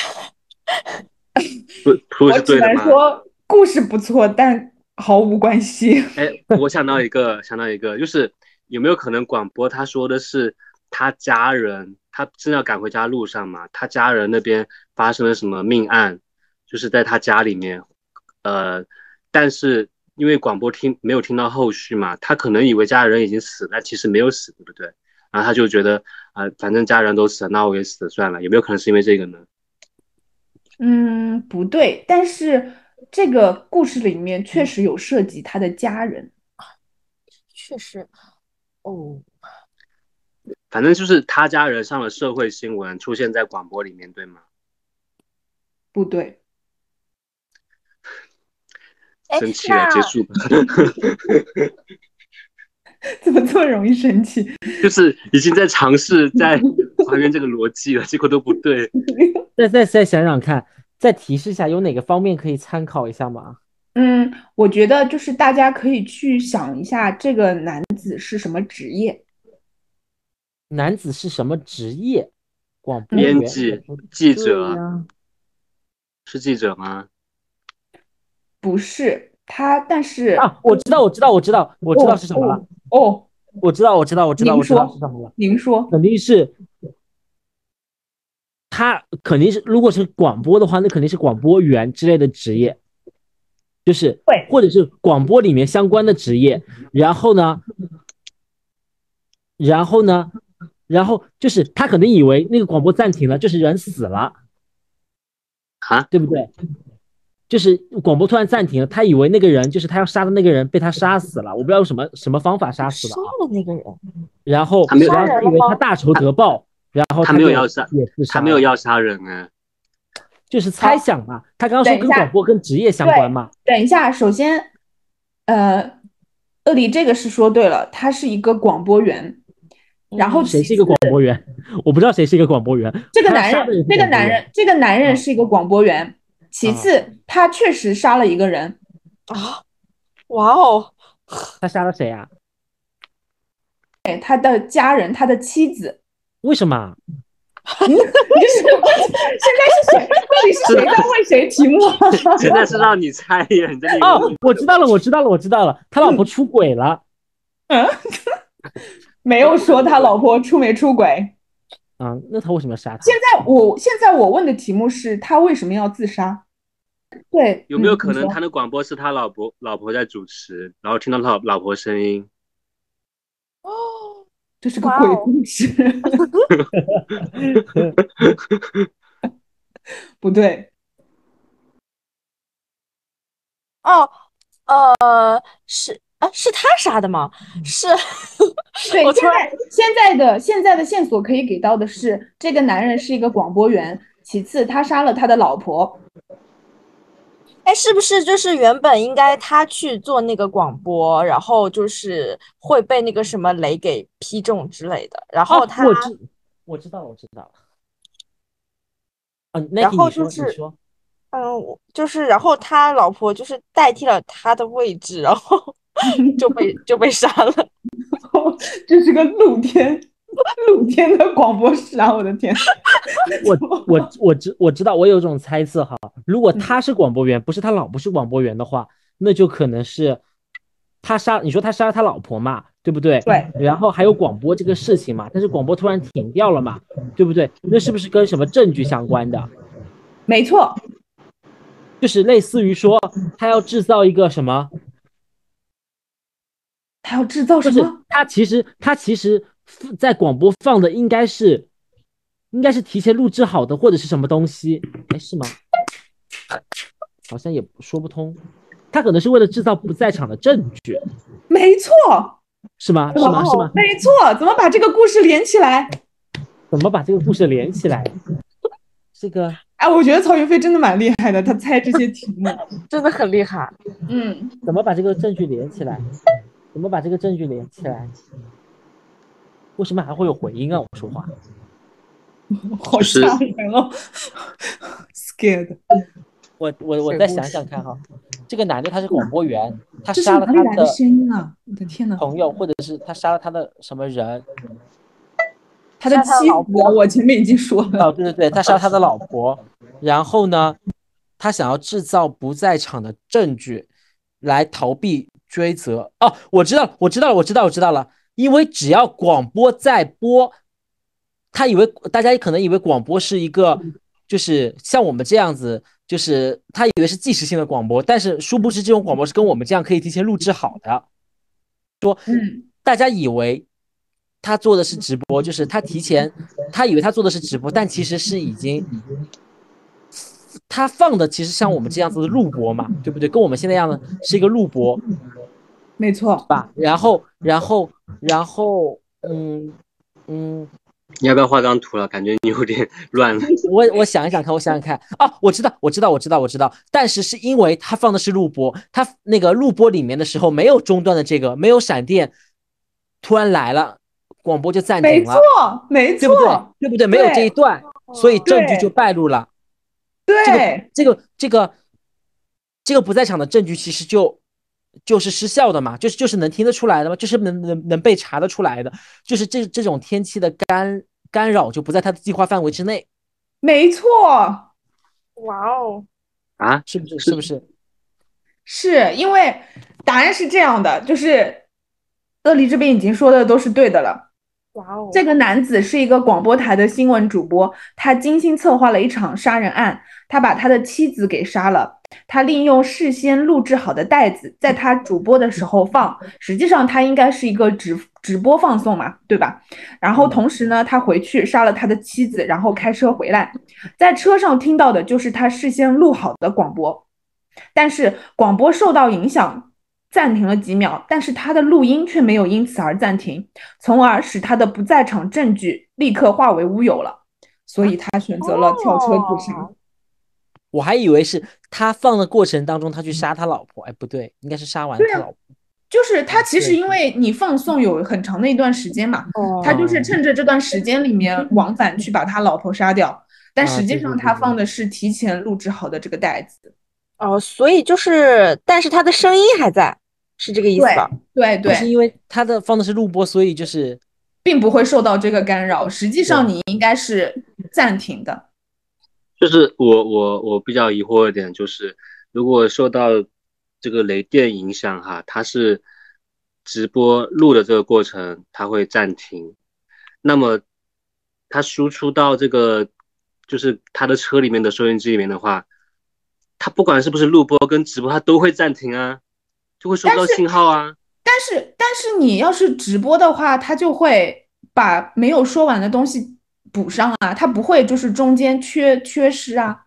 Speaker 4: 不，不
Speaker 1: 我
Speaker 4: 是对
Speaker 1: 只
Speaker 4: 的
Speaker 1: 能
Speaker 4: 吗？
Speaker 1: 说故事不错，但毫无关系。
Speaker 4: 哎，我想到一个， 想到一个，就是有没有可能广播他说的是他家人，他正要赶回家路上嘛，他家人那边发生了什么命案，就是在他家里面，呃，但是因为广播听没有听到后续嘛，他可能以为家人已经死了，但其实没有死，对不对？然后他就觉得啊、反正家人都死了，那我也死了算了。有没有可能是因为这个呢？
Speaker 1: 嗯，不对，但是这个故事里面确实有涉及他的家人。
Speaker 6: 确实，哦，
Speaker 4: 反正就是他家人上了社会新闻，出现在广播里面，对吗？
Speaker 1: 不对，
Speaker 6: 哎
Speaker 4: 生气了，
Speaker 6: 那
Speaker 4: 结束吧。
Speaker 1: 怎么这么容易生气？
Speaker 4: 就是已经在尝试在还原这个逻辑了，结果都不对。
Speaker 2: 再再再想想看，再提示一下，有哪个方面可以参考一下吗？
Speaker 1: 嗯，我觉得就是大家可以去想一下这个男子是什么职业。
Speaker 2: 男子是什么职业？广播
Speaker 4: 编
Speaker 2: 员
Speaker 4: 辑
Speaker 2: 不
Speaker 4: 记
Speaker 2: 对
Speaker 4: 者啊
Speaker 2: 呀
Speaker 4: 是记者吗？
Speaker 1: 不是他，但是
Speaker 2: 啊！我知道，我知道，我知道，我知道是什么了。
Speaker 1: 哦。哦，
Speaker 2: 我知道，我知道，我知道，
Speaker 1: 您
Speaker 2: 我知道
Speaker 1: 说
Speaker 2: 是什么了。
Speaker 1: 您说，
Speaker 2: 肯定是他，肯定是如果是广播的话，那肯定是广播员之类的职业，就是
Speaker 1: 对
Speaker 2: 或者是广播里面相关的职业。然后呢，然后呢，然后就是他可能以为那个广播暂停了，就是人死了。
Speaker 4: 啊，
Speaker 2: 对不对？就是广播突然暂停了，他以为那个人就是他要杀的那个人被他杀死了，我不知道用什么什么方法杀死的
Speaker 6: 杀
Speaker 2: 啊。
Speaker 6: 了那个人，
Speaker 2: 然后，
Speaker 4: 他没有
Speaker 2: 然后他以为他大仇得报，然后
Speaker 4: 他没有
Speaker 2: 就
Speaker 4: 要杀
Speaker 2: 也自杀
Speaker 4: 他
Speaker 2: 了
Speaker 4: 没有，要杀人 啊，
Speaker 2: 就是猜想嘛。他刚刚说
Speaker 1: 等
Speaker 2: 跟
Speaker 1: 一下
Speaker 2: 广播跟职业相关嘛，
Speaker 1: 等一下，首先，呃，鳄梨这个是说对了，他是一个广播员，然后
Speaker 2: 谁是一个广播员？我不知道谁是一个广播员。
Speaker 1: 这个
Speaker 2: 他
Speaker 1: 男
Speaker 2: 杀的也
Speaker 1: 人这
Speaker 2: 是，
Speaker 1: 个
Speaker 2: 广播
Speaker 1: 男
Speaker 2: 员
Speaker 1: 人，这个男
Speaker 2: 嗯
Speaker 1: 人是一个广播员。其次，他确实杀了一个人，
Speaker 6: 啊，哇哦，
Speaker 2: 他杀了谁啊？
Speaker 1: 哎，他的家人，他的妻子。
Speaker 2: 为什么？啊
Speaker 1: 你是现在是谁？到底是谁在问谁题目？
Speaker 4: 现在是让你猜耶，你在那
Speaker 2: 哦
Speaker 4: 里问，
Speaker 2: 我知道了，我知道了，我知道了，他老婆出轨了
Speaker 1: 没有说他老婆出没出轨。
Speaker 2: 啊、那他为什么要杀他？
Speaker 1: 现在我现在我问的题目是他为什么要自杀？对，
Speaker 4: 有没有
Speaker 1: 嗯
Speaker 4: 可
Speaker 1: 你
Speaker 4: 能
Speaker 1: 说
Speaker 4: 他的广播是他老婆老婆在主持，然后听到他老老婆声音？
Speaker 1: 这是个
Speaker 6: 哇
Speaker 1: 鬼
Speaker 6: 哦
Speaker 1: 故 事？不对，
Speaker 6: 哦，呃，是啊，是他杀的吗？是，
Speaker 1: 对，
Speaker 6: 我
Speaker 1: 现
Speaker 6: 突然
Speaker 1: 在现在的现在的线索可以给到的是，这个男人是一个广播员，其次他杀了他的老婆，
Speaker 6: 哎，是不是就是原本应该他去做那个广播，然后就是会被那个什么雷给劈中之类的，然后
Speaker 2: 哦
Speaker 6: 他
Speaker 2: 我知我知道了，我知道了。啊，那
Speaker 6: 然
Speaker 2: 你
Speaker 6: 后
Speaker 2: 说
Speaker 6: 就
Speaker 2: 你
Speaker 6: 是
Speaker 2: 说，
Speaker 6: 嗯，我就是然后他老婆就是代替了他的位置，然后就被就被杀了。
Speaker 1: 这是个露天露天的广播室啊！我的天，
Speaker 2: 我我我知我知道，我有一种猜测哈，
Speaker 6: 嗯
Speaker 2: 如果他是广播员，不是他老婆是广播员的话，那就可能是他杀，你说他杀了他老婆嘛，对不对？
Speaker 1: 对。
Speaker 2: 然后还有广播这个事情嘛，但是广播突然停掉了嘛，对不对？那是不是跟什么证据相关的？
Speaker 1: 没错，
Speaker 2: 就是类似于说他要制造一个什么？
Speaker 1: 他要制造
Speaker 2: 就
Speaker 1: 什
Speaker 2: 是
Speaker 1: 么？
Speaker 2: 他其实他其实在广播放的应该是应该是提前录制好的或者是什么东西，哎是吗？好像也说不通，他可能是为了制造不在场的证据，
Speaker 1: 没错，
Speaker 2: 是吗？
Speaker 1: 哦
Speaker 2: 是吗？是吗？
Speaker 1: 没错，怎么把这个故事连起来？
Speaker 2: 怎么把这个故事连起来？这个
Speaker 1: 哎，我觉得曹云飞真的蛮厉害的，他猜这些题 目。
Speaker 6: 真的很厉害。
Speaker 1: 嗯，
Speaker 2: 怎么把这个证据连起来？怎么把这个证据连起来？为什么还会有回音啊？我说话，
Speaker 1: 好
Speaker 4: 就是
Speaker 1: 吓人哦，scared。
Speaker 2: 我我我
Speaker 6: 水
Speaker 2: 再
Speaker 6: 故
Speaker 2: 想
Speaker 6: 事
Speaker 2: 想看哈，这个男的他是广播员，他
Speaker 1: 这是
Speaker 2: 杀了
Speaker 1: 哪里
Speaker 2: 他
Speaker 1: 来
Speaker 2: 的
Speaker 1: 的声音啊？我的天哪！
Speaker 2: 朋友，或者是他杀了他的什么人？
Speaker 1: 他的
Speaker 6: 杀他
Speaker 1: 妻
Speaker 6: 老
Speaker 1: 子啊，我前面已经说了，
Speaker 2: 哦，对对对，他杀了他的老婆。然后呢，他想要制造不在场的证据来逃避追责。哦，我知道了，我知道了，我知道了，我知道了。因为只要广播在播，他以为大家可能以为广播是一个，就是像我们这样子，就是他以为是即时性的广播，但是殊不知这种广播是跟我们这样可以提前录制好的。
Speaker 1: 嗯，
Speaker 2: 大家以为他做的是直播，就是他提前，他以为他做的是直播，但其实是已经他放的，其实像我们这样子的录播嘛，对不对？跟我们现在一样的是一个录播
Speaker 1: 没错，
Speaker 2: 吧。然后，然后，然后，嗯嗯，
Speaker 4: 你要不要画张图了？啊感觉你有点乱了。
Speaker 2: 我我想一想看，我想想看啊，我知道，我知道，我知道，我知道，但是是因为他放的是录播，他那个录播里面的时候没有中断的这个，没有闪电突然来了，广播就暂
Speaker 1: 没
Speaker 2: 停了
Speaker 1: 错。，没
Speaker 2: 对不对
Speaker 1: 错，？
Speaker 2: 对不对？没有这一段，所以证据
Speaker 1: 对
Speaker 2: 就败露了。
Speaker 1: 对，
Speaker 2: 这个这个这个不在场的证据其实就就是失效的嘛，就是就是能听得出来的嘛，就是能能能被查得出来的，就是这这种天气的干干扰就不在他的计划范围之内，
Speaker 1: 没错，
Speaker 6: 哇哦，
Speaker 4: 啊，
Speaker 2: 是不是？是不是？
Speaker 1: 是因为答案是这样的，就是鳄梨这边已经说的都是对的了。
Speaker 6: 哇哦，
Speaker 1: 这个男子是一个广播台的新闻主播，他精心策划了一场杀人案，他把他的妻子给杀了。他利用事先录制好的袋子，在他主播的时候放，实际上他应该是一个直直播放送嘛，对吧？然
Speaker 2: 嗯
Speaker 1: 后同时呢，他回去杀了他的妻子，然后开车回来，在车上听到的就是他事先录好的广播，但是广播受到影响，暂停了几秒，但是他的录音却没有因此而暂停，从而使他的不在场证据立刻化为乌有了，所
Speaker 2: 啊
Speaker 1: 以他选择了跳车自杀。
Speaker 6: 哦
Speaker 2: 我还以为是他放的过程当中他去杀他老婆，哎，不对，应该是杀完
Speaker 1: 对啊
Speaker 2: 他老婆。
Speaker 1: 就是他其实因为你放送有很长的一段时间嘛，他就是趁着这段时间里
Speaker 2: 嗯
Speaker 1: 面往返去把他老婆杀掉，但实际上他放的是提前录制好的这个袋子。
Speaker 6: 哦，所以就是，但是他的声音还在，是这个意思吧？
Speaker 1: 对
Speaker 2: 就
Speaker 1: 对，
Speaker 2: 是因为他的放的是录播，所以就是
Speaker 1: 并不会受到这个干扰。实际上你应该是暂停的。
Speaker 4: 就是我我我比较疑惑一点，就是如果受到这个雷电影响哈，它是直播录的这个过程，它会暂停，那么它输出到这个就是他的车里面的收音机里面的话，它不管是不是录播跟直播，它都会暂停啊，就会收不到
Speaker 1: 但是
Speaker 4: 信号啊。
Speaker 1: 但是但是你要是直播的话，他就会把没有说完的东西补上啊，他不会就是中间缺缺失啊。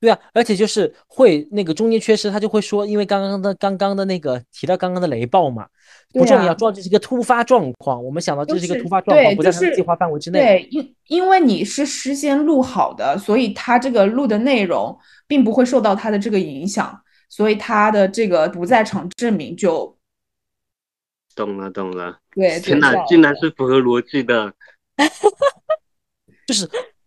Speaker 2: 对啊，而且就是会那个中间缺失，他就会说，因为刚刚的刚刚的那个提到刚刚的雷暴嘛，不
Speaker 1: 对
Speaker 2: 重
Speaker 1: 啊
Speaker 2: 要，重要这是一个突发状况，我们想到这
Speaker 1: 就是
Speaker 2: 一个
Speaker 1: 是
Speaker 2: 突发状况，
Speaker 1: 对
Speaker 2: 不在
Speaker 1: 就
Speaker 2: 他的
Speaker 1: 是
Speaker 2: 计划范围之内。
Speaker 1: 对，因因为你是事先录好的，所以他这个录的内容并不会受到他的这个影响，所以他的这个不在场证明就
Speaker 4: 懂了懂了，
Speaker 1: 对
Speaker 4: 天
Speaker 1: 存在
Speaker 4: 哪，
Speaker 1: 了
Speaker 4: 竟然是符合逻辑的，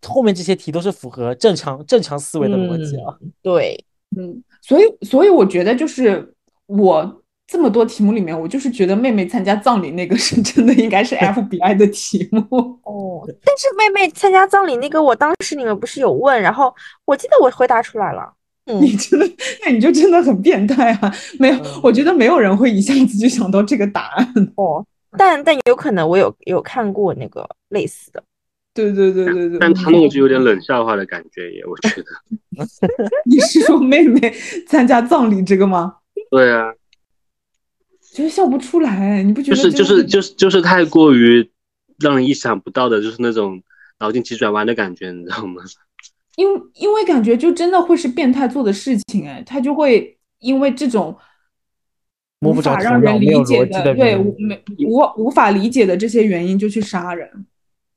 Speaker 2: 后面这些题都是符合正常正常思维的逻辑啊。
Speaker 6: 对，
Speaker 1: 嗯，所以所以我觉得就是我这么多题目里面，我就是觉得妹妹参加葬礼那个是 真的应该是 FBI 的题目。
Speaker 6: 哦，但是妹妹参加葬礼那个，我当时你们不是有问，然后我记得我回答出来了。嗯，
Speaker 1: 你真的，那你就真的很变态啊！没有，
Speaker 2: 嗯
Speaker 1: 我觉得没有人会一下子就想到这个答案。
Speaker 6: 哦，但但有可能我有有看过那个类似的，
Speaker 1: 对对对对对，
Speaker 4: 但他那个就有点冷笑话的感觉耶，我觉得。
Speaker 1: 你是说妹妹参加葬礼这个吗？
Speaker 4: 对啊。
Speaker 1: 觉得笑不出来，你不觉得
Speaker 4: 就是
Speaker 1: 真的
Speaker 4: 就是就是就是太过于让人意想不到的，就是那种脑筋急转弯的感觉，你知道吗？
Speaker 1: 因为因为感觉就真的会是变态做的事情，哎，他就会因为这种
Speaker 2: 摸不
Speaker 1: 无
Speaker 2: 着
Speaker 1: 法
Speaker 2: 头
Speaker 1: 让
Speaker 2: 脑
Speaker 1: 人
Speaker 2: 没有
Speaker 1: 理解
Speaker 2: 逻辑
Speaker 1: 对，
Speaker 2: 的原因
Speaker 1: 无没无无法理解的这些原因就去杀人。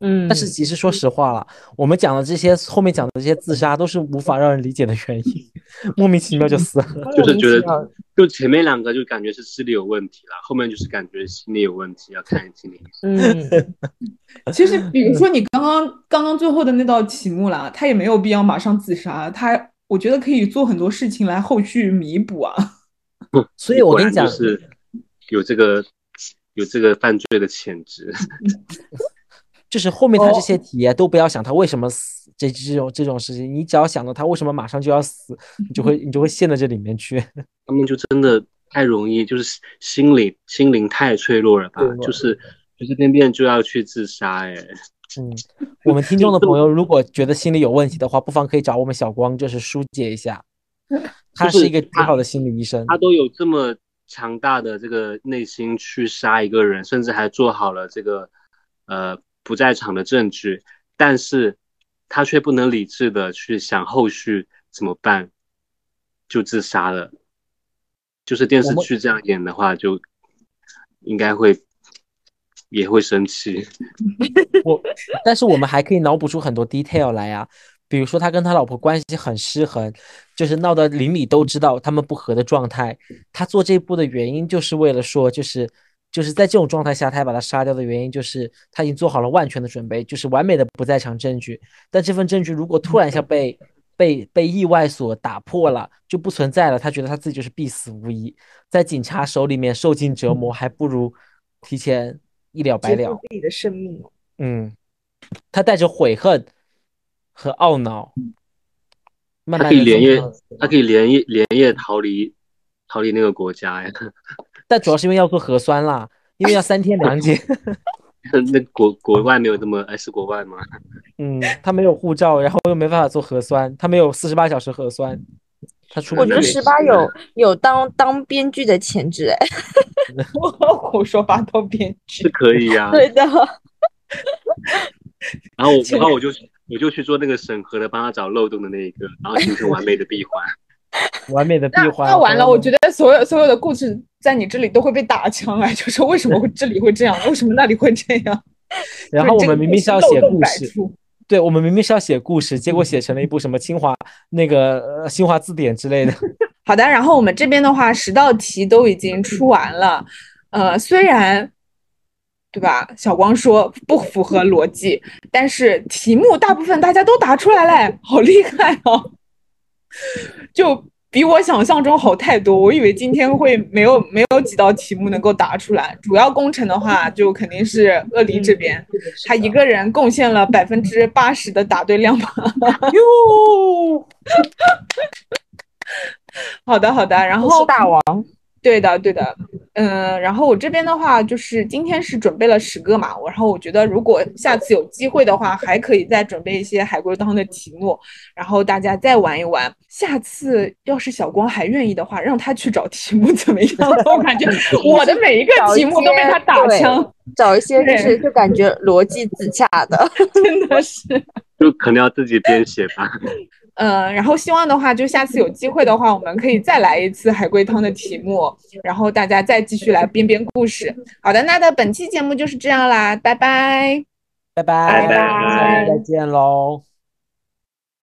Speaker 6: 嗯
Speaker 2: 但是其实说实话了，我们讲的这些后面讲的这些自杀都是无法让人理解的原因，莫名其妙就死了。
Speaker 1: 嗯
Speaker 4: 就是觉得就前面两个就感觉是智力有问题了，后面就是感觉心理有问题，要看心理医生。
Speaker 6: 嗯，
Speaker 1: 其实，比如说你刚刚刚刚最后的那道题目啦，他也没有必要马上自杀，他我觉得可以做很多事情来后续弥补啊。
Speaker 2: 所以我跟你讲
Speaker 4: 果然，就是有这个有这个犯罪的潜质。
Speaker 2: 就是后面他
Speaker 1: 哦
Speaker 2: 这些题啊都不要想他为什么死这这种这种事情，你只要想到他为什么马上就要死，你就会你就会陷在这里面去。
Speaker 4: 他们就真的太容易，就是心理心灵太脆弱了吧
Speaker 2: 对？我
Speaker 4: 就是随随便便就要去自杀，哎，
Speaker 2: 嗯，我们听众的朋友如果觉得心理有问题的话，不妨可以找我们小光，就是疏解一下。他
Speaker 4: 就是
Speaker 2: 是一个挺
Speaker 4: 他
Speaker 2: 好的心理医生，
Speaker 4: 他都有这么强大的这个内心去杀一个人，甚至还做好了这个呃不在场的证据，但是他却不能理智的去想后续怎么办，就自杀了。就是电视
Speaker 2: 我们
Speaker 4: 剧这样演的话，就应该会也会生气。
Speaker 2: 我，但是我们还可以脑补出很多 detail 来啊，比如说他跟他老婆关系很失衡，就是闹得邻里都知道他们不和的状态。他做这一步的原因就是为了说，就是就是在这种状态下，他把他杀掉的原因就是他已经做好了万全的准备，就是完美的不在场证据。但这份证据如果突然一下被被被意外所打破了，就不存在了。他觉得他自己就是必死无疑，在警察手里面受尽折磨，还不如提前一了百
Speaker 6: 结束
Speaker 2: 了。
Speaker 6: 自己的生命。哦
Speaker 2: 嗯，他带着悔恨和懊恼，慢
Speaker 4: 嗯他
Speaker 2: 慢
Speaker 4: 可以
Speaker 2: 的
Speaker 4: 连夜，他可以连夜连夜逃离逃离那个国家呀，
Speaker 2: 但主要是因为要做核酸啦，因为要三天 两检。
Speaker 4: 那国国外没有这么，哎，是国外吗？
Speaker 2: 嗯，他没有护照，然后又没办法做核酸，他没有四十八小时核酸，他出
Speaker 4: 我
Speaker 6: 我
Speaker 2: 门
Speaker 6: 觉
Speaker 4: 觉得
Speaker 6: 得
Speaker 2: 就
Speaker 6: 十
Speaker 4: 18
Speaker 6: 八有有当当编剧的潜质，哎，
Speaker 1: 胡说八道编剧
Speaker 4: 是，可以 呀、
Speaker 6: 对的，
Speaker 4: 然后我，
Speaker 1: 这个
Speaker 4: 然后我就我就去做那个审核的，帮他找漏洞的那一个，然后形成完美的闭环。
Speaker 2: 完美的闭
Speaker 1: 那
Speaker 2: 环。
Speaker 1: 那完了，我觉得所有所有的故事在你这里都会被打枪哎， 就是为什么会这里会这样，为什么那里会这样？
Speaker 2: 然后我们明明是要写故
Speaker 1: 就是这个故事漏洞百
Speaker 2: 事，
Speaker 1: 出嗯
Speaker 2: 对，我们明明是要写故事，结果写成了一部什么清华那个呃新华字典之类的，
Speaker 1: 好的，然后我们这边的话，十道题都已经出完了。呃，虽然对吧，小光说不符合逻辑，但是题目大部分大家都答出来嘞，好厉害哦！就比我想象中好太多。我以为今天会没有没有几道题目能够答出来。主要工程的话，就肯定是鳄梨
Speaker 2: 嗯
Speaker 1: 这边，他一个人贡献了百分之八十的答对量吧。 哟，好的好的，然
Speaker 6: 我
Speaker 1: 后
Speaker 6: 是大王，
Speaker 1: 对的，对的，嗯，然后我这边的话就是今天是准备了十个嘛，我然后我觉得如果下次有机会的话，还可以再准备一些海龟汤的题目，然后大家再玩一玩。下次要是小光还愿意的话，让他去找题目怎么样？ 我感觉我的每一个
Speaker 6: 找一
Speaker 1: 题目都被
Speaker 6: 些
Speaker 1: 他打
Speaker 6: 对
Speaker 1: 枪，
Speaker 6: 找一些就
Speaker 1: 对
Speaker 6: 是就感觉逻辑自洽的。
Speaker 1: 真的是。
Speaker 4: 就可能要自己编写吧。
Speaker 1: 嗯，然后希望的话，就下次有机会的话，我们可以再来一次海龟汤的题目，然后大家再继续来编编故事。好的，那的本期节目就是这样啦，拜拜。
Speaker 2: 拜
Speaker 4: 拜
Speaker 2: 拜
Speaker 4: 拜
Speaker 2: 再见喽。